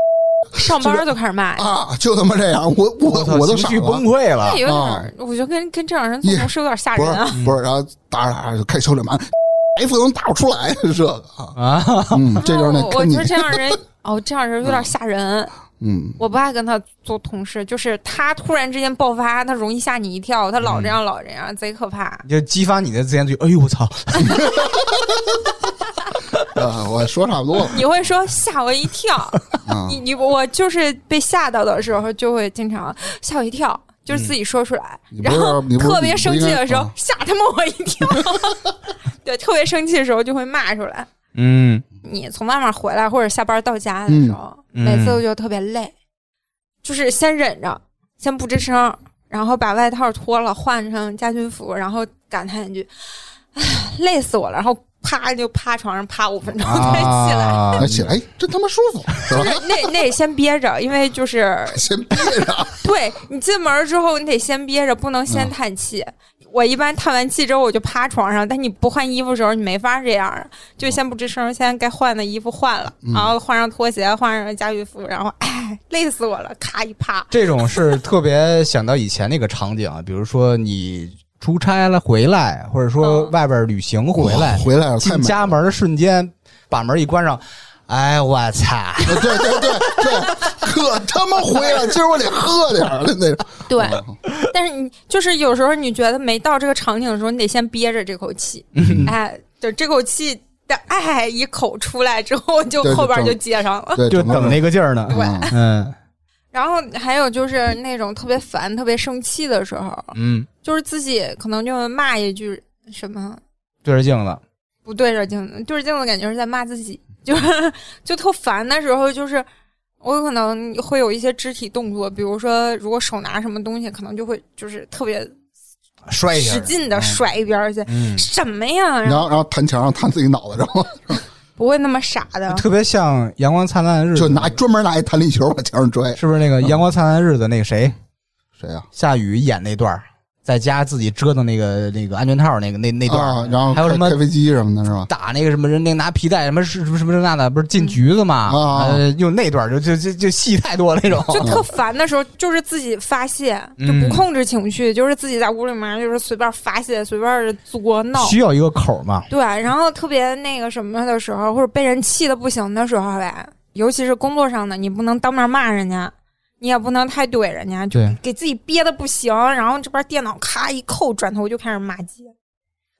Speaker 2: 上班就开始骂呀，
Speaker 3: 啊，就他妈这样，我我
Speaker 1: 操
Speaker 3: 我都
Speaker 1: 情
Speaker 3: 傻
Speaker 1: 绪崩
Speaker 3: 了。
Speaker 1: 溃
Speaker 2: 那
Speaker 1: 了，
Speaker 2: 有点
Speaker 3: 啊
Speaker 2: 儿，我觉得跟跟这种人做同事有点吓
Speaker 3: 不
Speaker 2: 人
Speaker 3: 是
Speaker 2: 啊。
Speaker 3: 不是，然后打着打着就开手里骂，哎，不能打不出来这个啊，
Speaker 1: 啊，
Speaker 3: 嗯，这就是 那
Speaker 2: 我我
Speaker 3: 坑你
Speaker 2: 觉，得这样人，哦，这样人有点吓人，
Speaker 3: 嗯，
Speaker 2: 我不爱跟他做同事。就是他突然之间爆发，他容易吓你一跳，他
Speaker 3: 嗯
Speaker 2: 老这样老这样，贼可怕。
Speaker 1: 就激发你的自言自语。哎呦我操！
Speaker 3: 啊，我说差不多了。
Speaker 2: 你会说吓我一跳，
Speaker 3: 啊
Speaker 2: 你你我就是被吓到的时候，就会经常吓我一跳，就是自己说出来，
Speaker 3: 你不
Speaker 2: 然
Speaker 3: 是
Speaker 2: 后
Speaker 3: 嗯你不是
Speaker 2: 特别生气的时候，
Speaker 3: 啊
Speaker 2: 吓他妈我一跳， 对，特别生气的时候就会骂出来。
Speaker 1: 嗯，
Speaker 2: 你从外面回来或者下班到家的时候，
Speaker 1: 嗯嗯
Speaker 2: 每次都觉得特别累，就是先忍着，先不吱声，然后把外套脱了，换上家居服，然后感叹一句：“唉，累死我了。”然后啪就趴床上趴五分
Speaker 1: 嗯
Speaker 2: 钟，
Speaker 1: 啊
Speaker 2: 再起来。
Speaker 3: 哎起来，哎，真他妈舒服，是吧？哎
Speaker 2: 那那得先憋着，因为就是
Speaker 3: 先憋着，啊
Speaker 2: 对你进门之后，你得先憋着，不能
Speaker 3: 嗯
Speaker 2: 先叹气。我一般叹完气之后，我就趴床上，但你不换衣服的时候，你没法这样，就先不吱声，先该换的衣服换了，
Speaker 3: 嗯
Speaker 2: 然后换上拖鞋，换上家居服，然后 哎，累死我了，咔一趴。
Speaker 1: 这种是特别想到以前那个场景啊，比如说你出差了回来，或者说
Speaker 2: 嗯
Speaker 1: 外边旅行 回
Speaker 3: 哇
Speaker 1: 来，
Speaker 3: 回来了，太
Speaker 1: 进
Speaker 3: 美了。
Speaker 1: 家门的瞬间，把门一关上，哎我操！
Speaker 3: 对对对对，可他妈回来，今儿我得喝点儿了那种。
Speaker 2: 对，
Speaker 3: 嗯
Speaker 2: 但是你就是有时候你觉得没到这个场景的时候，你得先憋着这口气，哎，就这口气的哎一口出来之后，就
Speaker 3: 对就
Speaker 2: 后边
Speaker 3: 整
Speaker 2: 就接上了。
Speaker 3: 对，
Speaker 1: 就
Speaker 3: 整个
Speaker 1: 等那个劲儿呢。
Speaker 3: 嗯
Speaker 1: 嗯
Speaker 2: 然后还有就是那种特别烦、特别生气的时候，
Speaker 1: 嗯，
Speaker 2: 就是自己可能就骂一句什么
Speaker 1: 对着镜子，
Speaker 2: 不对着镜子，对着镜子感觉是在骂自己，就是就特烦的时候，就是我有可能会有一些肢体动作，比如说如果手拿什么东西，可能就会就是特别
Speaker 1: 摔一下，
Speaker 2: 使劲的甩一边儿去，
Speaker 1: 嗯，
Speaker 2: 什么呀？然
Speaker 3: 然
Speaker 2: 后
Speaker 3: 后然后弹墙上弹自己脑袋，然后
Speaker 2: 不会那么傻的
Speaker 1: 嗯，特别像《阳光灿烂的日子》，
Speaker 3: 就拿专门拿一弹力球往墙上拽。
Speaker 1: 是不是那个《阳光灿烂的日子》那个谁
Speaker 3: 谁啊呀？
Speaker 1: 夏雨演那段儿在家自己折腾那个那个安全套那个那那段
Speaker 3: 啊
Speaker 1: 儿，，
Speaker 3: 然后
Speaker 1: 还有
Speaker 3: 开
Speaker 1: 什么
Speaker 3: 开飞机什么的，是吧？
Speaker 1: 打那个什么人，那个拿皮带什么是什么什么这那的，不是进局子嘛？
Speaker 3: 嗯啊
Speaker 1: 呃，用那段儿就就就就戏太多了那种。
Speaker 2: 就特烦的时候，就是自己发泄，
Speaker 1: 嗯
Speaker 2: 就不控制情绪，就是自己在屋里面就是随便发泄，随便作闹。
Speaker 1: 需要一个口儿嘛？
Speaker 2: 对，然后特别那个什么的时候，或者被人气的不行的时候呗，尤其是工作上的，你不能当面骂人家，你也不能太怼人家，就
Speaker 1: 对，
Speaker 2: 给自己憋的不行。然后这边电脑咔一扣，转头就开始骂街，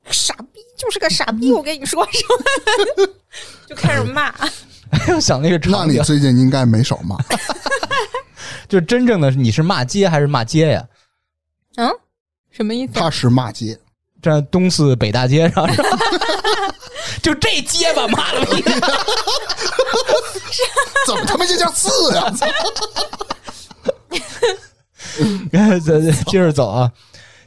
Speaker 2: 傻逼就是个傻逼，我跟你说什么， 就开始骂。
Speaker 1: 我 想那个
Speaker 3: 那
Speaker 1: 场
Speaker 3: 你
Speaker 1: 景，
Speaker 3: 最近应该没少骂，
Speaker 1: 就真正的你是骂街还是骂街呀？
Speaker 2: 嗯，什么意思？
Speaker 3: 他是骂街，
Speaker 1: 站东四北大街上， 是吧就这街吧，妈了个逼！
Speaker 3: 怎么他妈就叫四 呀？操
Speaker 1: 咱咱 接着走啊。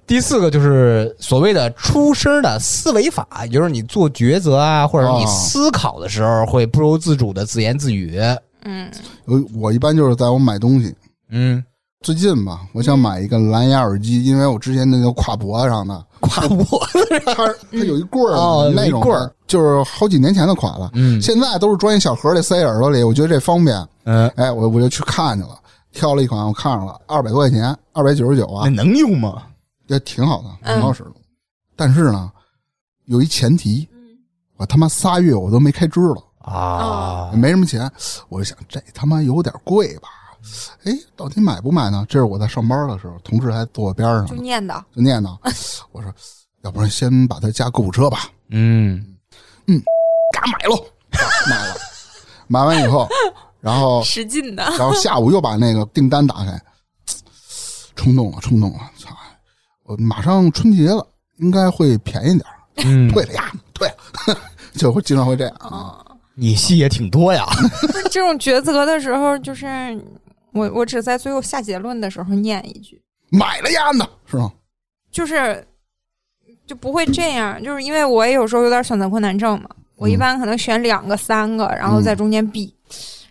Speaker 1: 第四个就是所谓的出声的思维法，也就是你做抉择啊，或者你
Speaker 3: 哦
Speaker 1: 思考的时候，会不由自主的自言自语。
Speaker 2: 嗯
Speaker 3: 我我一般就是在我买东西，
Speaker 1: 嗯，
Speaker 3: 最近吧，我想买一个蓝牙耳机，因为我之前那个挎脖子上的，
Speaker 1: 夸我，
Speaker 3: 它它有一棍儿嘛，
Speaker 1: 嗯哦有一
Speaker 3: 那种
Speaker 1: 棍儿
Speaker 3: 就是好几年前的款了，
Speaker 1: 嗯
Speaker 3: 现在都是装一小盒里塞耳朵里，我觉得这方便，
Speaker 1: 嗯，
Speaker 3: 哎，我我就去看去了，挑了一款，我看上了，二百多块钱，二百九十九啊，
Speaker 1: 能用吗？
Speaker 3: 也挺好的，
Speaker 2: 嗯
Speaker 3: 挺好使的。但是呢，有一前提，
Speaker 2: 嗯
Speaker 3: 我他妈仨月我都没开支了，
Speaker 1: 啊，
Speaker 3: 没什么钱，我就想这他妈有点贵吧。哎，到底买不买呢？这是我在上班的时候，同事还坐我边上
Speaker 2: 就
Speaker 3: 呢，
Speaker 2: 念叨。
Speaker 3: 就念叨。我说，要不然先把它加购物车吧，
Speaker 1: 嗯，
Speaker 3: 嘎买喽，嘎 买了。买完以后，然后
Speaker 2: 使劲的，
Speaker 3: 然后下午又把那个订单打开，冲动了，冲动了，操！我马上春节了，应该会便宜点儿，
Speaker 1: 嗯
Speaker 3: 退了呀，退了， 就会经常会这样
Speaker 2: 哦
Speaker 3: 啊。
Speaker 1: 你戏也挺多呀。
Speaker 2: 这种抉择的时候，就是我我只在最后下结论的时候念一句，
Speaker 3: 买了呀呢，是吗？
Speaker 2: 就是就不会这样，就是因为我也有时候有点选择困难症嘛，我
Speaker 1: 嗯
Speaker 2: 一般可能选两个、三个，然后在中间比。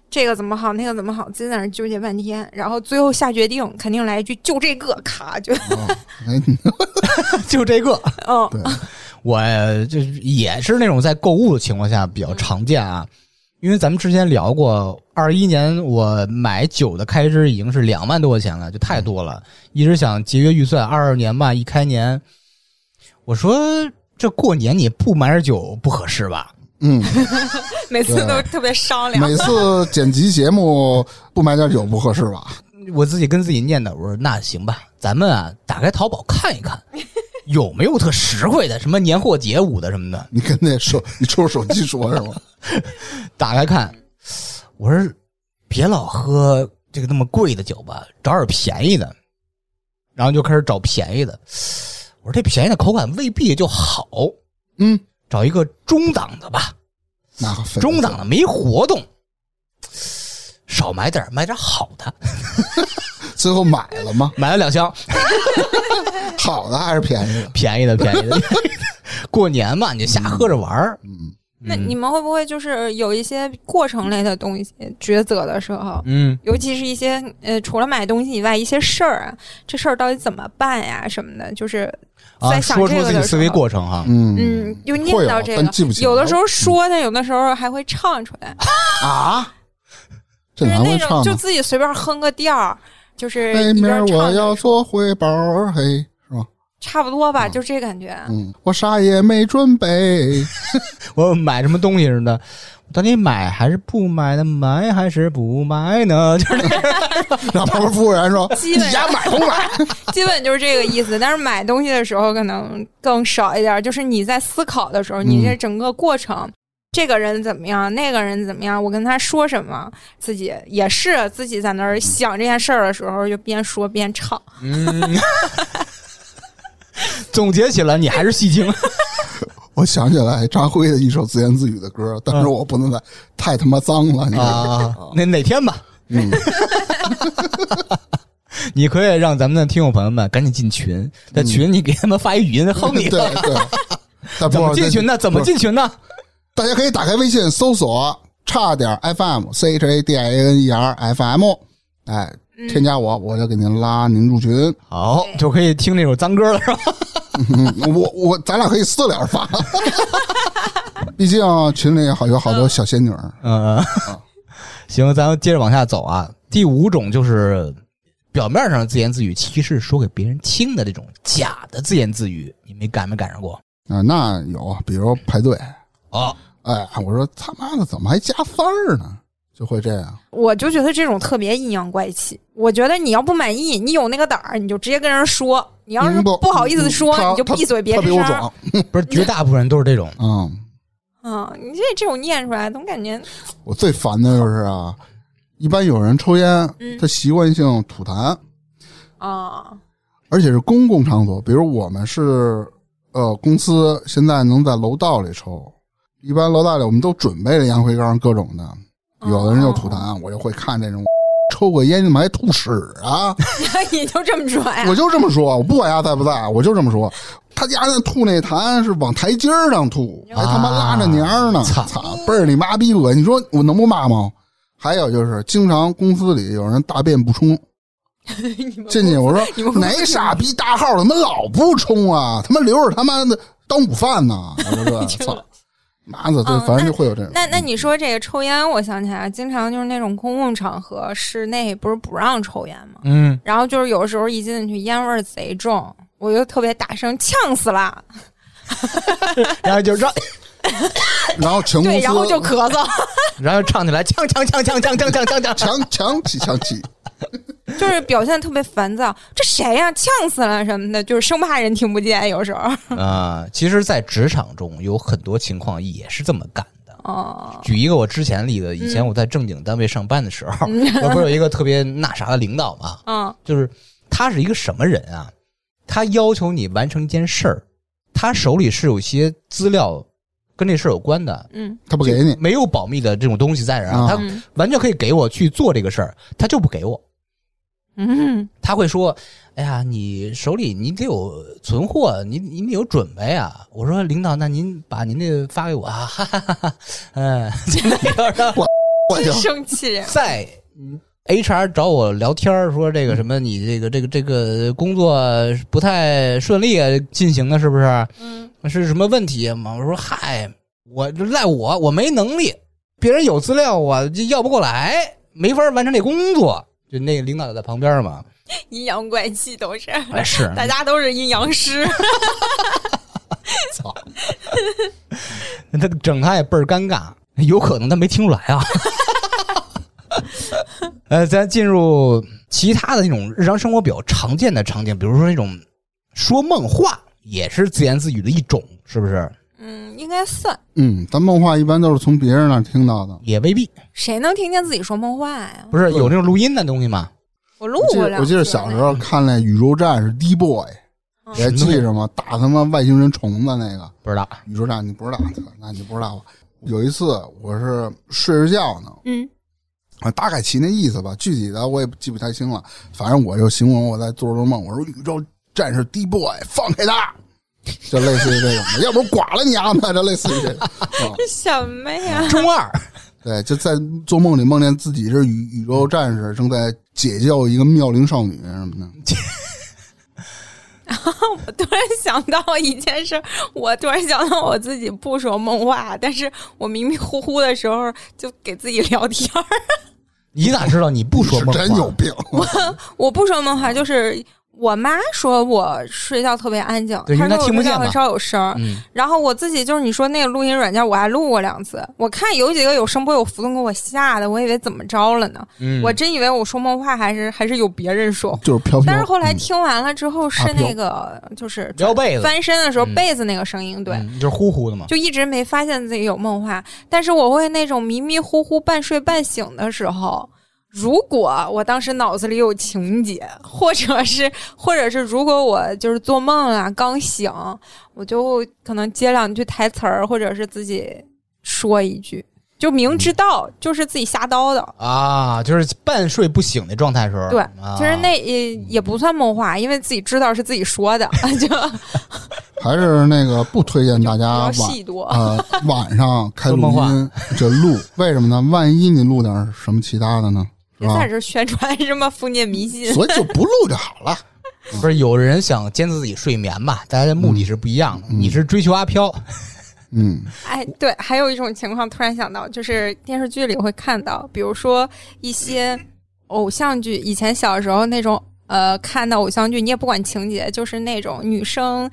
Speaker 2: 这个怎么好，那个怎么好，自己在那儿纠结半天，然后最后下决定，肯定来一句就这个，咔就，
Speaker 3: 啊，哎，
Speaker 1: 就这个，
Speaker 2: 嗯，
Speaker 3: 对，
Speaker 1: 我就是也是那种在购物的情况下比较常见啊，因为咱们之前聊过，二一年我买酒的开支已经是两万多块钱了，就太多了，一直想节约预算。二二年吧，一开年，我说这过年你不买点酒不合适吧？
Speaker 3: 嗯，
Speaker 2: 每次都特别商量，
Speaker 3: 每次剪辑节目不买点酒不合适吧？
Speaker 1: 我自己跟自己念叨，我说那行吧，咱们啊打开淘宝看一看，有没有特实惠的，什么年货节五的什么的。
Speaker 3: 你跟那手，你抽着手机说是吗？
Speaker 1: 打开看，我说别老喝这个那么贵的酒吧，找点便宜的。然后就开始找便宜的，我说这便宜的口感未必就好，
Speaker 3: 嗯，
Speaker 1: 找一个中档的吧，
Speaker 3: 那分
Speaker 1: 中档的没活动，少买点儿，买点好的。
Speaker 3: 最后买了吗？
Speaker 1: 买了两箱
Speaker 3: 好的还是便宜的？
Speaker 1: 便宜 的，便宜的。过年嘛，你就瞎喝着玩儿。
Speaker 3: 嗯，
Speaker 2: 那你们会不会就是有一些过程类的东西抉择的时候，
Speaker 1: 嗯，
Speaker 2: 尤其是一些呃，除了买东西以外，一些事儿啊，这事儿到底怎么办呀什么的，就是
Speaker 1: 啊，
Speaker 2: 在想
Speaker 1: 说
Speaker 2: 这
Speaker 1: 出
Speaker 2: 个
Speaker 1: 自己
Speaker 2: 的
Speaker 1: 思
Speaker 2: 时
Speaker 1: 维
Speaker 2: 候，
Speaker 1: 过程哈。
Speaker 3: 嗯
Speaker 2: 嗯，就念
Speaker 3: 会有
Speaker 2: 叨这
Speaker 3: 但记不
Speaker 2: 个，
Speaker 3: 起来
Speaker 2: 有的时候说它，有的时候还会唱出来，
Speaker 3: 啊，这
Speaker 2: 就
Speaker 3: 哪
Speaker 2: 是
Speaker 3: 还会
Speaker 2: 那
Speaker 3: 唱
Speaker 2: 种
Speaker 3: 呢？
Speaker 2: 就自己随便哼个调儿，就是
Speaker 3: 背
Speaker 2: 一
Speaker 3: 面
Speaker 2: 边
Speaker 3: 我
Speaker 2: 唱
Speaker 3: 要
Speaker 2: 着，
Speaker 3: 嗯做回包儿，嘿，是吧？
Speaker 2: 差不多吧，就这感觉。
Speaker 3: 嗯，我啥也没准备，
Speaker 1: 我买什么东西似的，到底买还是不买呢？买还是不买呢？ 就是那
Speaker 3: 然后旁边服务员说：“
Speaker 2: 基
Speaker 3: 你
Speaker 2: 本
Speaker 3: 家买不买
Speaker 2: 基本就是这个意思。但是买东西的时候可能更少一点，就是你在思考的时候，你
Speaker 3: 嗯
Speaker 2: 这整个过程，这个人怎么样，那个人怎么样，我跟他说什么，自己也是自己在那
Speaker 3: 嗯
Speaker 2: 儿想这件事儿的时候，就边说边唱。
Speaker 1: 嗯， 总结起来，你还是戏精。？”
Speaker 3: 我想起来张辉的一首自言自语的歌，但是我不能再太他妈脏了，你知道吗？
Speaker 1: 啊，那哪天吧，
Speaker 3: 嗯，
Speaker 1: 你可以让咱们的听众朋友们赶紧进群，在群你给他们发一语音哼
Speaker 3: 对
Speaker 1: 你，
Speaker 3: 对。但不
Speaker 1: 怎么进群呢？怎么？进群呢？
Speaker 3: 大家可以打开微信搜索“差点 FM C H A D I A N E R F M”，哎，
Speaker 2: 嗯
Speaker 3: 添加我，我就给您拉您入群。
Speaker 1: 好，就可以听这首脏歌了，是吧？
Speaker 3: 嗯 我我咱俩可以私聊发， 毕竟群里好有好多小仙女儿。
Speaker 1: 嗯，行，咱们接着往下走啊。第五种就是表面上自言自语，其实是说给别人听的这种假的自言自语，你们赶没赶上过？
Speaker 3: 啊，那有，比如排队，
Speaker 1: 哦，
Speaker 3: 哎，我说他妈的，怎么还加三儿呢？就会这样，
Speaker 2: 我就觉得这种特别阴阳怪气。我觉得你要不满意，你有那个胆儿，你就直接跟人说；你要是
Speaker 3: 嗯不
Speaker 2: 不好意思说，
Speaker 3: 他
Speaker 2: 你就
Speaker 3: 他
Speaker 2: 闭嘴别
Speaker 3: 特别
Speaker 2: 吱
Speaker 3: 有
Speaker 2: 声儿。
Speaker 3: 种，
Speaker 1: 不是，绝大部分人都是这种。
Speaker 3: 嗯，
Speaker 2: 嗯，你这这种念出来，总感觉
Speaker 3: 我最烦的就是啊，一般有人抽烟，
Speaker 2: 嗯
Speaker 3: 他习惯性吐痰，
Speaker 2: 啊，
Speaker 3: 而且是公共场所，比如我们是呃公司现在能在楼道里抽，一般楼道里我们都准备了烟灰缸各种的，有的人
Speaker 2: 啊哦
Speaker 3: 就吐痰，我就会看这种抽个烟怎么还吐屎啊？
Speaker 2: 你就这么说哎呀
Speaker 3: 我？就这么说，我不管他在不在，我就这么说。他家那吐那痰是往台阶儿上吐，
Speaker 2: 啊
Speaker 3: 还他妈拉着娘儿呢，
Speaker 1: 操
Speaker 3: 操，倍儿你妈逼恶！你说我能不骂吗？还有就是，经常公司里有人大便不 冲，
Speaker 2: 你们
Speaker 3: 进去我
Speaker 2: 你们
Speaker 3: 说
Speaker 2: 公司
Speaker 3: 哪傻逼大号怎么老不冲啊？他妈留着他妈的当午饭呢！我就 说
Speaker 2: 听
Speaker 3: 操
Speaker 2: 了，
Speaker 3: 妈的，对
Speaker 2: 嗯，
Speaker 3: 反正就会有这种。
Speaker 2: 那那你说这个抽烟，我想起来，经常就是那种公共场合，室内不是不让抽烟吗？
Speaker 1: 嗯，
Speaker 2: 然后就是有时候一进去烟味儿贼重，我就特别大声呛死了，
Speaker 1: 然后就让，
Speaker 3: 然后全公
Speaker 2: 对，
Speaker 3: 司
Speaker 2: 然后就咳嗽，
Speaker 1: 然后唱起来，锵锵锵锵锵锵锵锵锵。
Speaker 3: 强强起强起，
Speaker 2: 就是表现特别烦躁。这谁呀、呛死了什么的，就是生怕人听不见，有时候。
Speaker 1: 啊，其实，在职场中有很多情况也是这么干的。
Speaker 2: 哦，
Speaker 1: 举一个我之前例子，以前我在正经单位上班的时候，我不是有一个特别那啥的领导嘛，
Speaker 2: 嗯
Speaker 1: 就是他是一个什么人啊？他要求你完成一件事儿，他手里是有一些资料跟这事儿有关的，
Speaker 2: 嗯
Speaker 3: 他不给你，
Speaker 1: 没有保密的这种东西在这儿
Speaker 3: 啊
Speaker 1: 啊，他
Speaker 2: 嗯
Speaker 1: 完全可以给我去做这个事儿，他就不给我。
Speaker 2: 嗯，
Speaker 1: 他会说：“哎呀，你手里你得有存货，你你得有准备啊。”我说：“领导，那您把您这发给我啊。”哈哈哈哈，嗯， 真的就是
Speaker 3: 我就
Speaker 2: 真嗯 生气人。
Speaker 1: 在嗯 HR 找我聊天儿说这个什么，你这个这个这个工作不太顺利啊进行的，是不是？
Speaker 2: 嗯
Speaker 1: 是什么问题吗？我说：“嗨，我就赖我，我没能力，别人有资料，我就要不过来，没法完成这工作。”就那个领导就在旁边嘛，
Speaker 2: 阴阳怪气都是，
Speaker 1: 哎是，
Speaker 2: 大家都是阴阳师。
Speaker 1: 操！ 他整他也倍儿尴尬，有可能他没听出来啊。 呃，咱进入其他的那种日常生活比较常见的场景，比如说那种说梦话，也是自言自语的一种，是不是？
Speaker 2: 嗯，应该算。
Speaker 3: 嗯，咱梦话一般都是从别人那儿听到的。
Speaker 1: 也未必，
Speaker 2: 谁能听见自己说梦话呀？
Speaker 1: 不是
Speaker 3: 对
Speaker 1: 有那种录音的东西吗？
Speaker 2: 我录
Speaker 3: 我记
Speaker 2: 过
Speaker 3: 得
Speaker 2: 两
Speaker 3: 我记得
Speaker 2: 次嗯
Speaker 3: 小时
Speaker 2: 呢
Speaker 3: 候看那《宇宙战士 D Boy》，你还
Speaker 1: 嗯
Speaker 3: 记着吗？打他妈外星人虫子那个
Speaker 1: 不知道。
Speaker 3: 宇宙战，你不知道？那你不知道吧？有一次我是睡着觉呢，
Speaker 2: 嗯
Speaker 3: 啊，大概其那意思吧，具体的我也记不太清了。反正我就形容我在做着梦，我说宇宙战士 D Boy 放开他，就类似于这种的，要不然剐了你啊！那就类似于这种。啊
Speaker 2: 什么呀？
Speaker 1: 中二，
Speaker 3: 对，就在做梦里梦见自己是宇宇
Speaker 1: 嗯
Speaker 3: 宙战士，正在解救一个妙龄少女什么的。
Speaker 2: 我突然想到一件事儿，我突然想到我自己不说梦话，但是我迷迷糊糊的时候就给自己聊天儿。
Speaker 1: 你咋知道你不说梦
Speaker 3: 是
Speaker 1: 话？
Speaker 3: 真有病！
Speaker 1: 嗯
Speaker 2: 我不说梦话，就是我妈说我睡觉特别安静，
Speaker 1: 对因为她
Speaker 2: 说
Speaker 1: 听不
Speaker 2: 我睡
Speaker 1: 见
Speaker 2: 觉
Speaker 1: 嘛
Speaker 2: 很少有声儿。
Speaker 1: 嗯，
Speaker 2: 然后我自己就是你说那个录音软件，我还录过两次。我看有几个有声波有浮动，给我吓的，我以为怎么着了呢？
Speaker 1: 嗯
Speaker 2: 我真以为我说梦话还是还是有别人
Speaker 1: 哦
Speaker 2: 说。
Speaker 3: 就是飘飘。
Speaker 2: 但是后来
Speaker 3: 嗯
Speaker 2: 听完了之后是
Speaker 3: 啊
Speaker 2: 那个就是
Speaker 1: 撩被子，
Speaker 2: 翻身的时候
Speaker 1: 嗯
Speaker 2: 被子那个声音，对，
Speaker 1: 嗯就是呼呼的嘛。
Speaker 2: 就一直没发现自己有梦话。但是我会那种迷迷糊糊、半睡半醒的时候。如果我当时脑子里有情节，或者是， 或者是如果我就是做梦了，刚醒，我就可能接两句台词儿，或者是自己说一句，就明知道就是自己瞎叨叨。
Speaker 1: 啊，就是半睡不醒的状态时候。
Speaker 2: 对
Speaker 1: 啊、
Speaker 2: 其实那也也不算梦话，因为自己知道是自己说的， 就
Speaker 3: 还是那个不推荐大
Speaker 2: 比
Speaker 3: 家
Speaker 2: 较
Speaker 3: 晚
Speaker 2: 细多。
Speaker 3: 呃晚上开录
Speaker 1: 说
Speaker 3: 音
Speaker 1: 梦
Speaker 3: 这录，为什么呢？万一你录点什么其他的呢？是
Speaker 2: 别
Speaker 3: 吧
Speaker 2: 在？这宣传什么封建迷信。
Speaker 3: 所以就不录就好 了。
Speaker 1: 不是有人想监测自己睡眠吧？大家的目的是不一样的。
Speaker 3: 嗯
Speaker 1: 你是追求阿飘，
Speaker 3: 嗯，
Speaker 2: 哎，对，还有一种情况，突然想到，就是电视剧里会看到，比如说一些偶像剧，以前小时候那种，呃，看到偶像剧，你也不管情节，就是那种女生，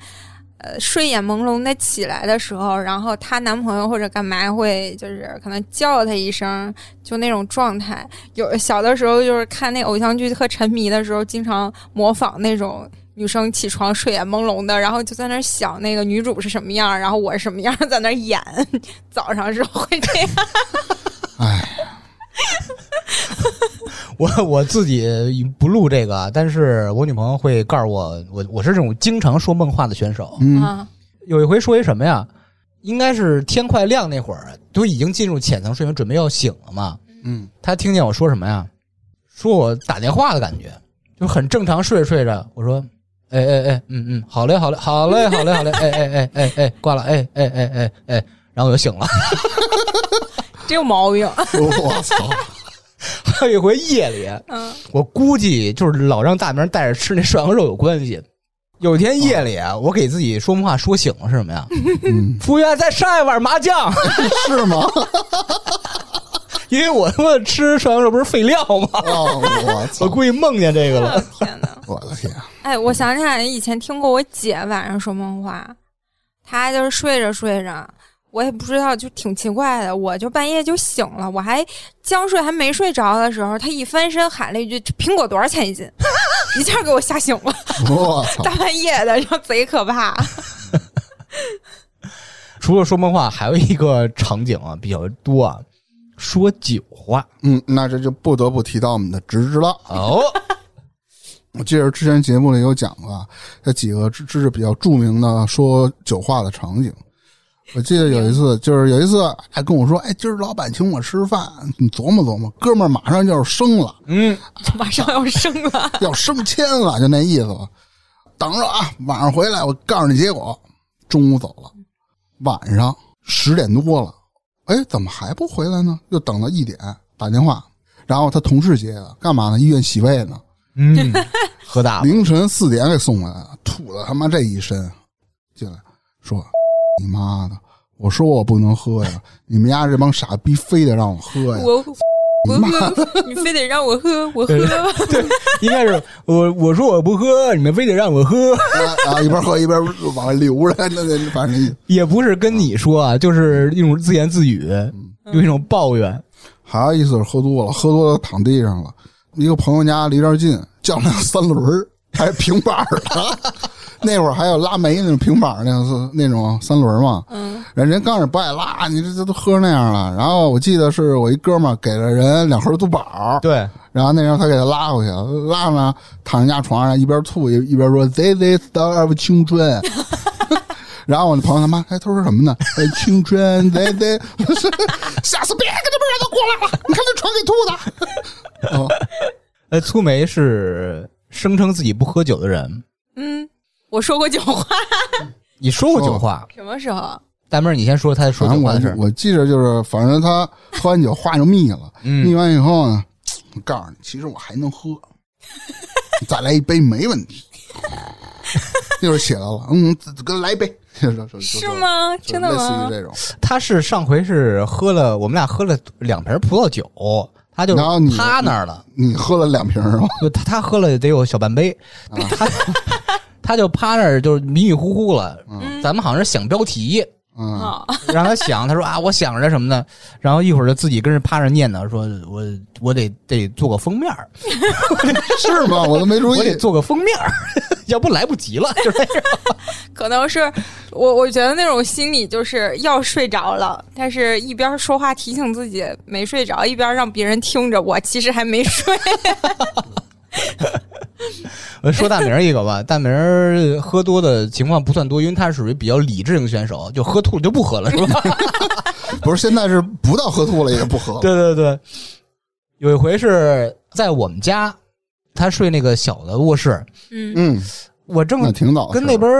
Speaker 2: 呃，睡眼朦胧的起来的时候，然后她男朋友或者干嘛会就是可能叫她一声，就那种状态。有小的时候就是看那偶像剧特沉迷的时候，经常模仿那种。女生起床睡眼朦胧的，然后就在那儿想那个女主是什么样，然后我是什么样，在那儿演。早上时候会这样，
Speaker 3: 哎，
Speaker 1: 我我自己不录这个，但是我女朋友会告诉我，我我是这种经常说梦话的选手。
Speaker 3: 嗯，
Speaker 2: 啊，
Speaker 1: 有一回说一什么呀？应该是天快亮那会儿，都已经进入浅层睡眠，准备要醒了嘛。
Speaker 3: 嗯，
Speaker 1: 她听见我说什么呀？说我打电话的感觉，就很正常睡着睡着。我说，哎哎哎，嗯嗯，好嘞好嘞好嘞好嘞好嘞，哎哎哎哎哎，挂了，哎哎哎哎哎，然后我就醒了。
Speaker 2: 真有毛病。
Speaker 3: 我操，
Speaker 1: 还有一回夜里，
Speaker 2: 嗯，
Speaker 1: 我估计就是老让大明带着吃那涮羊肉有关系。有一天夜里，啊，我给自己说梦话说醒了是什么呀？
Speaker 3: 嗯，
Speaker 1: 服务员再上一碗麻酱，
Speaker 3: 是吗？
Speaker 1: 因为我他妈吃涮羊肉不是废料吗？
Speaker 3: 哦，我
Speaker 1: 我
Speaker 3: 操，
Speaker 1: 估计梦见这个了。
Speaker 2: 天哪！
Speaker 3: 我的天，啊
Speaker 2: 哎，我想起来以前听过我姐晚上说梦话，她就是睡着睡着，我也不知道，就挺奇怪的，我就半夜就醒了，我还将睡还没睡着的时候，她一翻身喊了一句：“这苹果多少钱一 斤？”一下给我吓醒了，
Speaker 3: 我操，
Speaker 2: 大半夜的，然后贼可怕。
Speaker 1: 除了说梦话，还有一个场景啊比较多啊，说酒话
Speaker 3: 嗯，那这就不得不提到我们的直直了。
Speaker 1: 哦，
Speaker 3: 我记得之前节目里有讲过啊这几个知知识比较著名的说酒话的场景。我记得有一次，就是有一次还跟我说：“哎，今儿老板请我吃饭，你琢磨琢磨，哥们儿马上就要生了，
Speaker 1: 嗯，
Speaker 2: 就马上要生了，
Speaker 3: 要升迁了，就那意思吧。等着啊，晚上回来我告诉你结果。”中午走了，晚上十点多了，哎，怎么还不回来呢？又等到一点打电话，然后他同事接的，干嘛呢？医院洗胃呢。
Speaker 1: 嗯，喝大了，
Speaker 3: 凌晨四点给送回来了，吐了他妈这一身，进来说你妈的，我说我不能喝呀， 你们家这帮傻逼非得让我喝哎呀，
Speaker 2: 我 我喝，你非得让我喝，我喝。
Speaker 1: 对，应该是我我说我不喝，你们非得让我喝，
Speaker 3: 啊啊一边喝一边往外流着，那那反正那意思
Speaker 1: 也不是跟你说啊，就是一种自言自语，有一种抱怨，
Speaker 3: 还有一次是喝多了，喝多了躺地上了，一个朋友家离这儿近，叫辆三轮儿，还平板儿的。 那会儿还有拉煤那种平板儿那种那种三轮儿嘛，
Speaker 2: 嗯，
Speaker 3: 人人刚开始不爱拉，你这这都喝成那样了。然后我记得是我一哥们儿给了人两盒肚宝儿，
Speaker 1: 对，
Speaker 3: 然后那时候他给他拉回去了，拉呢躺人家床上一边吐一一边说 “This is the of 青春”， 然后我那朋友他妈哎他说什么呢？哎青春 this is 下次别跟他们让他过来了，你看这床给吐的。哦，
Speaker 1: 呃，粗梅是声称自己不喝酒的人，
Speaker 2: 嗯，我说过酒话，
Speaker 1: 你说过酒话，
Speaker 2: 什么时候？啊
Speaker 1: 大妹儿，你先说她说
Speaker 3: 反
Speaker 1: 酒
Speaker 3: 正
Speaker 1: 话
Speaker 3: 我
Speaker 1: 的事儿。
Speaker 3: 我记着就是，反正他喝完酒话就密了，密
Speaker 1: 嗯，
Speaker 3: 完以后呢，我告诉你，其实我还能喝，再来一杯没问题。 一会儿起来了，嗯，给他来一杯， 就就就是
Speaker 2: 吗？
Speaker 3: 就
Speaker 2: 真的
Speaker 3: 类似于
Speaker 2: 吗？
Speaker 3: 这种，
Speaker 1: 她是上回是喝了，我们俩喝了两瓶葡萄酒，她他就是
Speaker 3: 然后你
Speaker 1: 趴那儿了，
Speaker 3: 你喝了两瓶是啊吧？
Speaker 1: 就他他喝了得有小半杯，
Speaker 3: 啊
Speaker 1: 他他就趴那儿就是迷迷糊糊了。
Speaker 2: 嗯，
Speaker 1: 咱们好像是想标题，哦
Speaker 3: 嗯，
Speaker 2: 啊，
Speaker 1: 让他想，他说啊，我想着什么呢？然后一会儿就自己跟着趴着念叨，说我我得得做个封面儿，
Speaker 3: 嗯是吗？我都没注
Speaker 1: 我得
Speaker 3: 意。
Speaker 1: 做个封面儿， 要不来不及 了。就是那样
Speaker 2: 可能是我，我觉得那种心理就是要睡着了，但是一边说话提醒自己没睡着，一边让别人听着我其实还没睡。
Speaker 1: 我呃说大明儿一个吧，大明儿喝多的情况不算多，因为他属于比较理智型选手，就喝吐了就不喝了，是吧？
Speaker 3: 不是，现在是不到喝吐了也不喝。
Speaker 1: 对对对， 有一回是在我们家，他睡那个小的卧室，
Speaker 2: 嗯
Speaker 3: 嗯，
Speaker 1: 我正
Speaker 3: 那挺早的事儿。
Speaker 1: 跟那边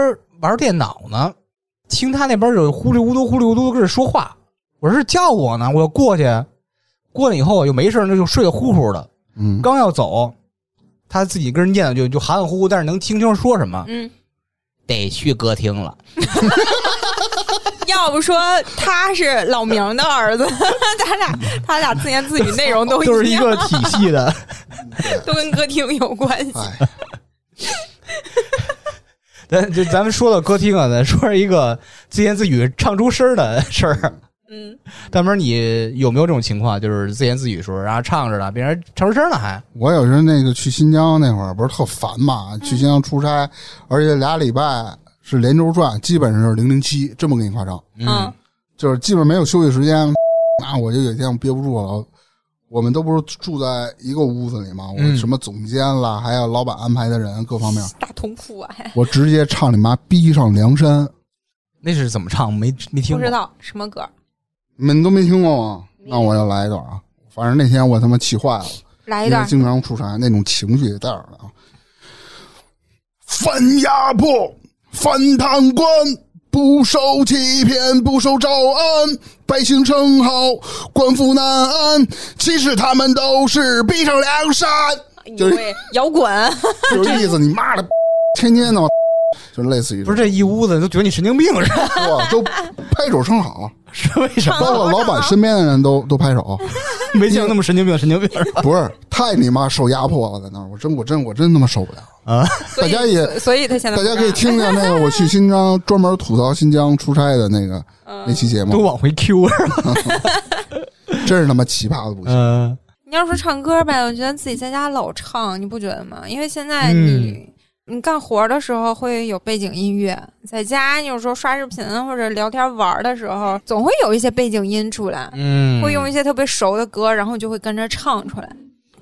Speaker 1: 玩电脑呢，听他那边有呼里呼嘟呼里呼嘟跟着说话，我说是叫我呢，我要过去，过来以后我就没事，那就睡得呼呼的，
Speaker 3: 嗯，
Speaker 1: 刚要走，他自己跟人念叨就就含含糊糊，但是能听清说什么，
Speaker 2: 嗯，
Speaker 1: 得去歌厅了。
Speaker 2: 要不说他是老明的儿子， 他俩他俩自言自语内容都
Speaker 1: 都是
Speaker 2: 一
Speaker 1: 一
Speaker 2: 样，
Speaker 1: 个体系 的，
Speaker 2: 都跟歌厅有关系。
Speaker 3: 哎，
Speaker 1: 咱就咱们说到歌厅啊，咱说一个自言自语唱出声儿的事儿。
Speaker 2: 嗯，
Speaker 1: 大明儿，你有没有这种情况，就是自言自语时候，然后唱着呢，别人唱出声了还？
Speaker 3: 我有时候那个去新疆那会儿不是特烦嘛，
Speaker 1: 嗯
Speaker 3: 去新疆出差，而且俩礼拜是连轴转，基本上是零零七，这么给你夸张，
Speaker 2: 嗯，
Speaker 3: 就是基本没有休息时间。那我就有一天我憋不住了，我们都不是住在一个屋子里嘛，我
Speaker 1: 嗯
Speaker 3: 什么总监啦，还有老板安排的人 各方面，
Speaker 2: 大同铺啊，还
Speaker 3: 我直接唱你妈逼上梁山，
Speaker 1: 那是怎么唱？没没听
Speaker 2: 不
Speaker 1: 过
Speaker 2: 知。道什么歌，
Speaker 3: 你们都没听过吗？那我要来一段啊！反正那天我他妈气坏了。
Speaker 2: 来一
Speaker 3: 因为
Speaker 2: 段。
Speaker 3: 经常出差，那种情绪也带着呢啊。反压迫，反贪官，不受欺骗，不受招安，百姓称号，官府难安。其实他们都是逼上梁山，就是
Speaker 2: 对，摇滚，
Speaker 3: 就是意思你妈的， 天天的，就类似于
Speaker 1: 不是这一屋子都觉得你神经病是 吧？
Speaker 3: 这哇，都拍手称好，啊
Speaker 1: 是为
Speaker 2: 啊
Speaker 1: 什么？
Speaker 3: 包括老板身边的人都都拍手。啊
Speaker 1: 没见过那么神经病，神经病 是吧
Speaker 3: 不是太你妈受压迫了，在那儿，我真我真我真他妈受不了。
Speaker 1: 啊？
Speaker 2: 所以
Speaker 3: 大家也
Speaker 2: 所所以他现在
Speaker 3: 大
Speaker 2: 不
Speaker 3: 家可
Speaker 2: 干了
Speaker 3: 以听听那个我去新疆专门吐槽新疆出差的 那个
Speaker 2: 嗯
Speaker 3: 那期节
Speaker 1: 都
Speaker 3: 目，
Speaker 1: 往回 Q 是吧？
Speaker 3: 真是他妈奇葩的不行。
Speaker 1: 嗯，
Speaker 2: 你要说唱歌呗，我觉得自己在家老唱，你不觉得吗？因为现在
Speaker 1: 嗯
Speaker 2: 你、你干活的时候会有背景音乐，在家你有时候刷视频或者聊天玩的时候，总会有一些背景音出来，
Speaker 1: 嗯
Speaker 2: 会用一些特别熟的歌，然后就会跟着唱出来。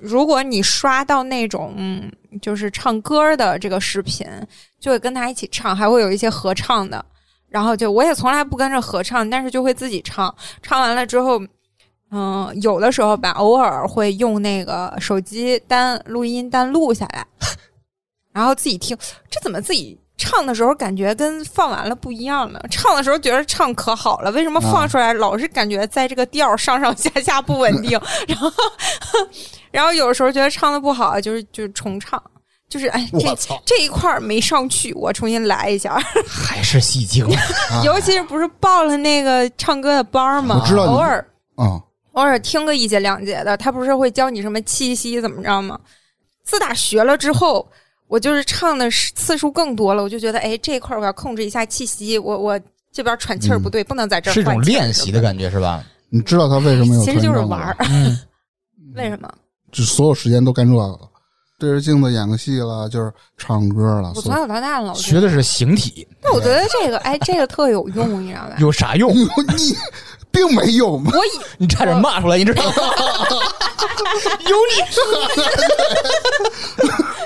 Speaker 2: 如果你刷到那种嗯，就是唱歌的这个视频，就会跟他一起唱，还会有一些合唱的。然后就我也从来不跟着合唱，但是就会自己唱。唱完了之后，嗯、有的时候吧，偶尔会用那个手机单录音单录下来， 然后自己听。这怎么自己唱的时候感觉跟放完了不一样呢？唱的时候觉得唱可好了，为什么放出来老是感觉在这个调儿上上下下不稳定？ 然后，然后有的时候觉得唱的不好，就是就是重唱，就是哎，这
Speaker 3: 我操！哎
Speaker 2: 这一块儿没上去，我重新来一下。
Speaker 1: 还是戏精，
Speaker 3: 啊
Speaker 2: 尤其是不是报了那个唱歌的班儿吗？
Speaker 3: 我知道你
Speaker 2: 偶尔
Speaker 1: 嗯
Speaker 3: 啊，
Speaker 2: 偶尔听个一节两节的，他不是会教你什么气息怎么着吗？自打学了之后，我就是唱的是次数更多了，我就觉得哎，这一块儿我要控制一下气息，我我这边喘气儿不对，不能在这儿
Speaker 1: 是一种
Speaker 2: 换气儿
Speaker 1: 练习的感觉是吧？
Speaker 3: 你知道他为什么有
Speaker 2: 其实
Speaker 3: 拖延
Speaker 2: 就是
Speaker 3: 症
Speaker 2: 玩
Speaker 3: 吗
Speaker 2: 儿？，
Speaker 1: 嗯，
Speaker 2: 为什么？
Speaker 3: 就所有时间都干这个了，对着镜子演个戏了，就是唱歌了，
Speaker 2: 我
Speaker 3: 所
Speaker 2: 从
Speaker 3: 有
Speaker 2: 小到大老
Speaker 1: 学的是形体，
Speaker 2: 那我觉得这个 哎，这个特有用，你知道吧？
Speaker 1: 有啥用？
Speaker 3: 你并没有嘛。
Speaker 2: 我以
Speaker 1: 你差点骂出来，你知道 吗？
Speaker 2: 有理数。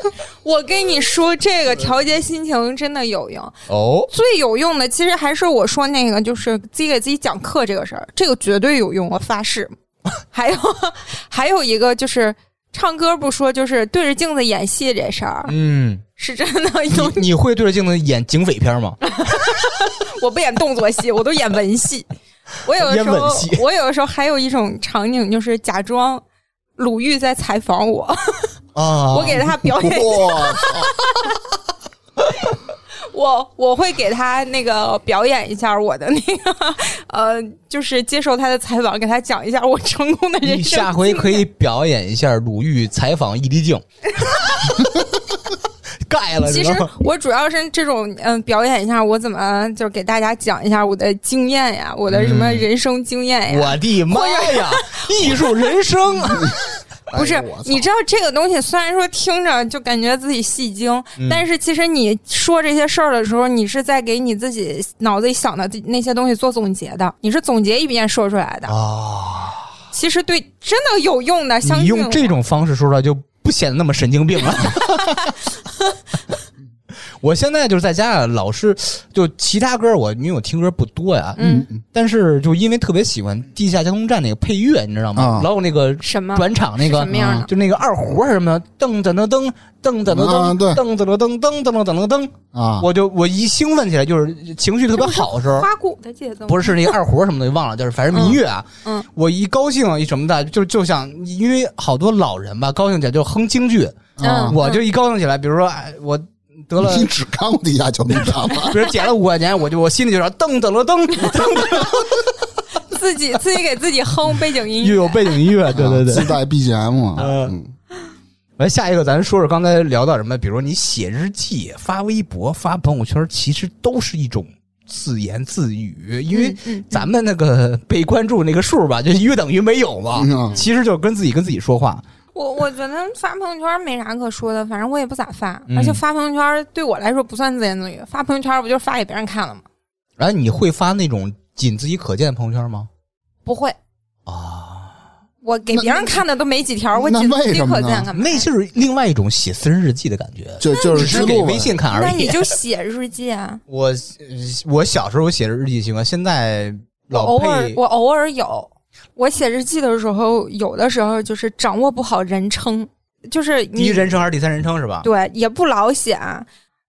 Speaker 2: 我跟你说，这个调节心情真的有用。
Speaker 1: 哦，
Speaker 2: 最有用的其实还是我说那个，就是自己给自己讲课这个事儿，这个绝对有用，我发誓。 还有还有一个就是唱歌不说，就是对着镜子演戏这事儿、
Speaker 1: 嗯，
Speaker 2: 是真的有。
Speaker 1: 你你会对着镜子演警匪片吗？
Speaker 2: 我不演动作戏，我都演文戏。我有的时
Speaker 1: 演
Speaker 2: 候
Speaker 1: 吻戏，
Speaker 2: 我有的时候还有一种场景，就是假装鲁豫在采访我，
Speaker 1: 啊
Speaker 2: 我给他表演
Speaker 3: 我操！
Speaker 2: 我我会给他那个表演一下我的那个呃，就是接受他的采访，给他讲一下我成功的人
Speaker 1: 你
Speaker 2: 生。
Speaker 1: 下回可以表演一下鲁豫采访易立竞， 盖了，
Speaker 2: 其
Speaker 1: 知
Speaker 2: 实
Speaker 1: 道吗？
Speaker 2: 我主要是这种嗯、表演一下我怎么就是给大家讲一下我的经验呀，我的什么
Speaker 1: 嗯
Speaker 2: 人生经验哎呀。
Speaker 1: 我的妈 呀，艺术人生！
Speaker 2: 不是
Speaker 3: 哎呦我，操
Speaker 2: 你知道这个东西虽然说听着就感觉自己戏精，
Speaker 1: 嗯
Speaker 2: 但是其实你说这些事儿的时候，你是在给你自己脑子里想的那些东西做总结的，你是总结一遍说出来的。
Speaker 1: 啊，
Speaker 2: 其实对，真的有用的，相
Speaker 1: 你
Speaker 2: 信
Speaker 1: 用
Speaker 2: 我
Speaker 1: 这种方式说出来就不显得那么神经病了。 我现在就是在家，啊老是就其他歌我因为我听歌不多呀，
Speaker 2: 嗯
Speaker 1: 但是就因为特别喜欢《地下交通站》那个配乐，你知道吗？
Speaker 3: 啊
Speaker 1: 老有那个
Speaker 2: 什么
Speaker 1: 转场那
Speaker 2: 是
Speaker 1: 个啊
Speaker 2: 什么样的？
Speaker 1: 就那个二胡还是什么的，噔噔噔噔噔噔噔
Speaker 3: 啊
Speaker 1: 噔，
Speaker 3: 对
Speaker 1: 噔噔噔噔噔噔噔噔噔，
Speaker 3: 啊，
Speaker 1: 我就我一兴奋起来，就是情绪特别好的时候，
Speaker 2: 花鼓的节奏
Speaker 1: 不是是那个二胡什么的，忘了，就是反正民乐啊，
Speaker 2: 嗯嗯
Speaker 1: 我一高兴啊一什么的，就就想，因为好多老人吧，高兴起来就哼京剧，
Speaker 3: 啊
Speaker 2: 嗯
Speaker 1: 我就一高兴起来，比如说，哎，我得 了。
Speaker 3: 你只看过地下交通站吗？
Speaker 1: 比如捡了五块钱，我就我心里就想噔噔了噔，
Speaker 2: 自己自己给自己哼背景音
Speaker 1: 又
Speaker 2: 乐，
Speaker 1: 有背景音乐， 对对
Speaker 3: 啊自
Speaker 1: 对。
Speaker 3: 带 BGM 啊，
Speaker 1: 嗯
Speaker 3: 嗯
Speaker 1: 来下一个，咱说说刚才聊到什么，比如说你写日记、发微博、发朋友圈，其实都是一种自言自语，因为
Speaker 2: 嗯嗯
Speaker 1: 咱们那个被关注那个数吧，就 约等于没有嘛，
Speaker 3: 嗯啊
Speaker 1: 其实就是跟自己跟自己说话。
Speaker 2: 我我觉得发朋友圈没啥可说的，反正我也不咋发，
Speaker 1: 嗯
Speaker 2: 而且发朋友圈对我来说不算自言自语，发朋友圈不就是发给别人看了吗？
Speaker 1: 然后你会发那种仅自己可见的朋友圈吗？
Speaker 2: 不会，
Speaker 1: 啊，
Speaker 2: 我给别人看的都没几条，我
Speaker 3: 那
Speaker 2: 仅
Speaker 3: 那
Speaker 2: 自己
Speaker 3: 为什么
Speaker 2: 可
Speaker 3: 呢
Speaker 2: 见干嘛？
Speaker 1: 那就是另外一种写私人日记的感觉，
Speaker 3: 就就
Speaker 1: 只
Speaker 3: 是
Speaker 1: 是
Speaker 3: 记
Speaker 1: 给
Speaker 3: 录呗
Speaker 1: 微信看而
Speaker 2: 那
Speaker 1: 已
Speaker 2: 你。就写日 记啊，
Speaker 1: 我我小时候写日记习惯，现在
Speaker 2: 我
Speaker 1: 老
Speaker 2: 偶尔
Speaker 1: 配
Speaker 2: 我偶尔有，我写日记的时候，有的时候就是掌握不好人称，就是
Speaker 1: 第
Speaker 2: 你
Speaker 1: 一人称还是第三人称是吧？
Speaker 2: 对，也不老写。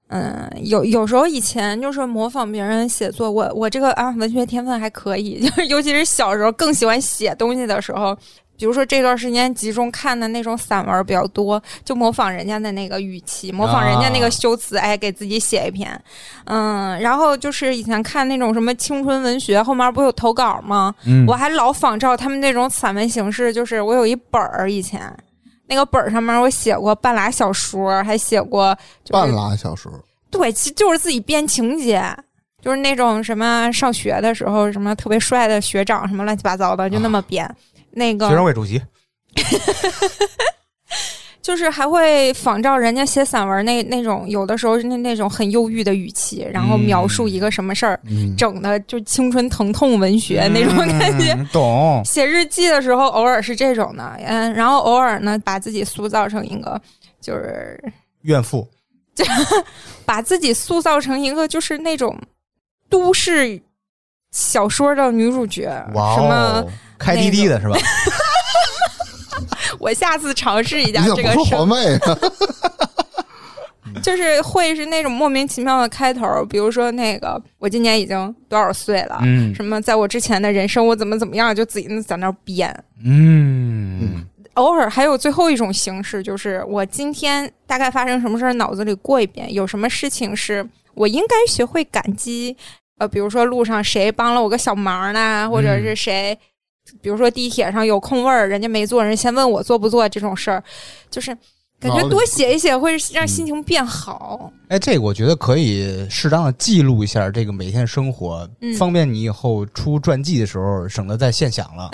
Speaker 2: 嗯，有有时候以前就是模仿别人写作，我我这个啊文学天分还可以， 就是尤其是小时候更喜欢写东西的时候，比如说这段时间集中看的那种散文比较多，就模仿人家的那个语气，模仿人家
Speaker 1: 啊
Speaker 2: 那个修辞，哎，给自己写一篇。嗯，然后就是以前看那种什么青春文学，后面不有投稿吗？
Speaker 1: 嗯
Speaker 2: 我还老仿照他们那种散文形式，就是我有一本儿以前。那个本儿上面我写过半拉小说，还写过就是
Speaker 3: 半拉小时，
Speaker 2: 对，其就是自己编情节，就是那种什么上学的时候什么特别帅的学长什么乱七八糟的，就那么编。那
Speaker 1: 啊学生
Speaker 2: 个
Speaker 1: 会主席
Speaker 2: 就是还会仿照人家写散文那那种，有的时候是那那种很忧郁的语气，然后描述一个什么事儿，
Speaker 3: 嗯，
Speaker 2: 整的就青春疼痛文学、那种感觉。
Speaker 1: 嗯懂？
Speaker 2: 写日记的时候，偶尔是这种的，嗯，然后偶尔呢，把自己塑造成一个，就是
Speaker 1: 怨妇
Speaker 2: 把自己塑造成一个就是那种都市小说的女主角，
Speaker 1: 哇
Speaker 2: 啊什么
Speaker 1: 哦，开滴滴的是吧？
Speaker 2: 我下次尝试一
Speaker 3: 嗯你
Speaker 2: 下
Speaker 3: 怎
Speaker 2: 这
Speaker 3: 么
Speaker 2: 个
Speaker 3: 不说啊
Speaker 2: 事
Speaker 1: 哦
Speaker 3: 环
Speaker 2: 儿，
Speaker 3: 卫呢？
Speaker 2: 就是会是那种莫名其妙的开头，比如说那个我今年已经多少岁了，
Speaker 1: 嗯
Speaker 2: 什么在我之前的人生我怎么怎么样，就自己在那儿编，
Speaker 1: 嗯
Speaker 2: 偶尔还有最后一种形式，就是我今天大概发生什么事儿，脑子里过一遍，有什么事情是我应该学会感激，呃，比如说路上谁帮了我个小忙
Speaker 3: 嗯
Speaker 2: 呢，或者是谁，比如说地铁上有空位儿，人家没坐，人先问我坐不坐这种事儿，就是感
Speaker 3: 脑
Speaker 2: 觉
Speaker 3: 里嗯
Speaker 2: 多写一写会让心情变好。
Speaker 1: 哎，这个我觉得可以适当的记录一下这个每天生活，
Speaker 2: 嗯
Speaker 1: 方便你以后出传记的时候省得再现想 了。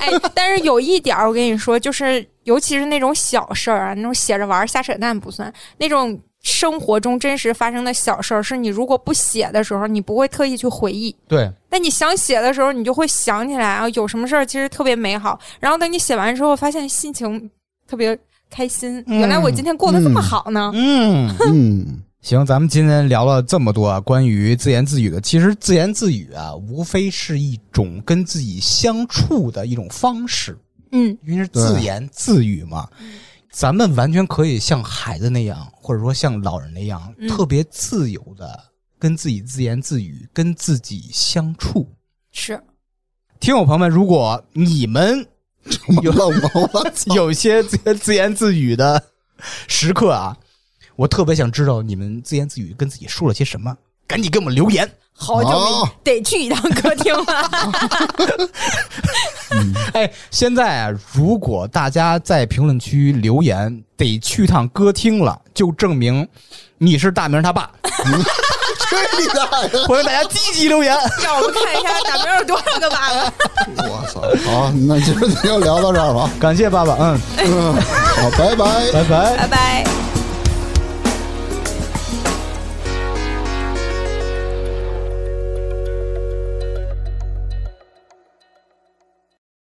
Speaker 2: 哎，但是有一点儿，我跟你说，就是尤其是那种小事儿啊，那种写着玩儿瞎扯淡不算，那种生活中真实发生的小事儿，是你如果不写的时候，你不会特意去回忆。
Speaker 1: 对，
Speaker 2: 但你想写的时候，你就会想起来啊，有什么事儿其实特别美好。然后等你写完之后，发现心情特别开心，
Speaker 1: 嗯
Speaker 2: 原来我今天过得这么好呢。
Speaker 1: 嗯。
Speaker 3: 嗯，
Speaker 1: 行，咱们今天聊了这么多啊，关于自言自语的。其实自言自语啊，无非是一种跟自己相处的一种方式，
Speaker 2: 嗯
Speaker 1: 因为是自言自语嘛。咱们完全可以像孩子那样，或者说像老人那样，
Speaker 2: 嗯
Speaker 1: 特别自由的跟自己自言自语，跟自己相处。
Speaker 2: 是
Speaker 1: 听友朋友们，如果你们
Speaker 3: 嗯怎么了？我我 操！
Speaker 1: 有一些自自言自语的时刻啊，我特别想知道你们自言自语跟自己说了些什么，赶紧给我们留言。
Speaker 2: 好久
Speaker 3: 哦
Speaker 2: 没得去一趟歌厅了。
Speaker 1: 哎，现在啊，如果大家在评论区留言得去趟歌厅了，就证明你是大明他爸。
Speaker 3: 去你大爷！
Speaker 1: 欢迎大家积极留言。
Speaker 2: 让我们看一下大明有多少个娃娃。
Speaker 3: 我操！好，那今儿就聊到这儿吧。
Speaker 1: 感谢爸爸，嗯，
Speaker 3: 嗯，好，拜拜。
Speaker 1: 拜拜。
Speaker 2: 拜拜。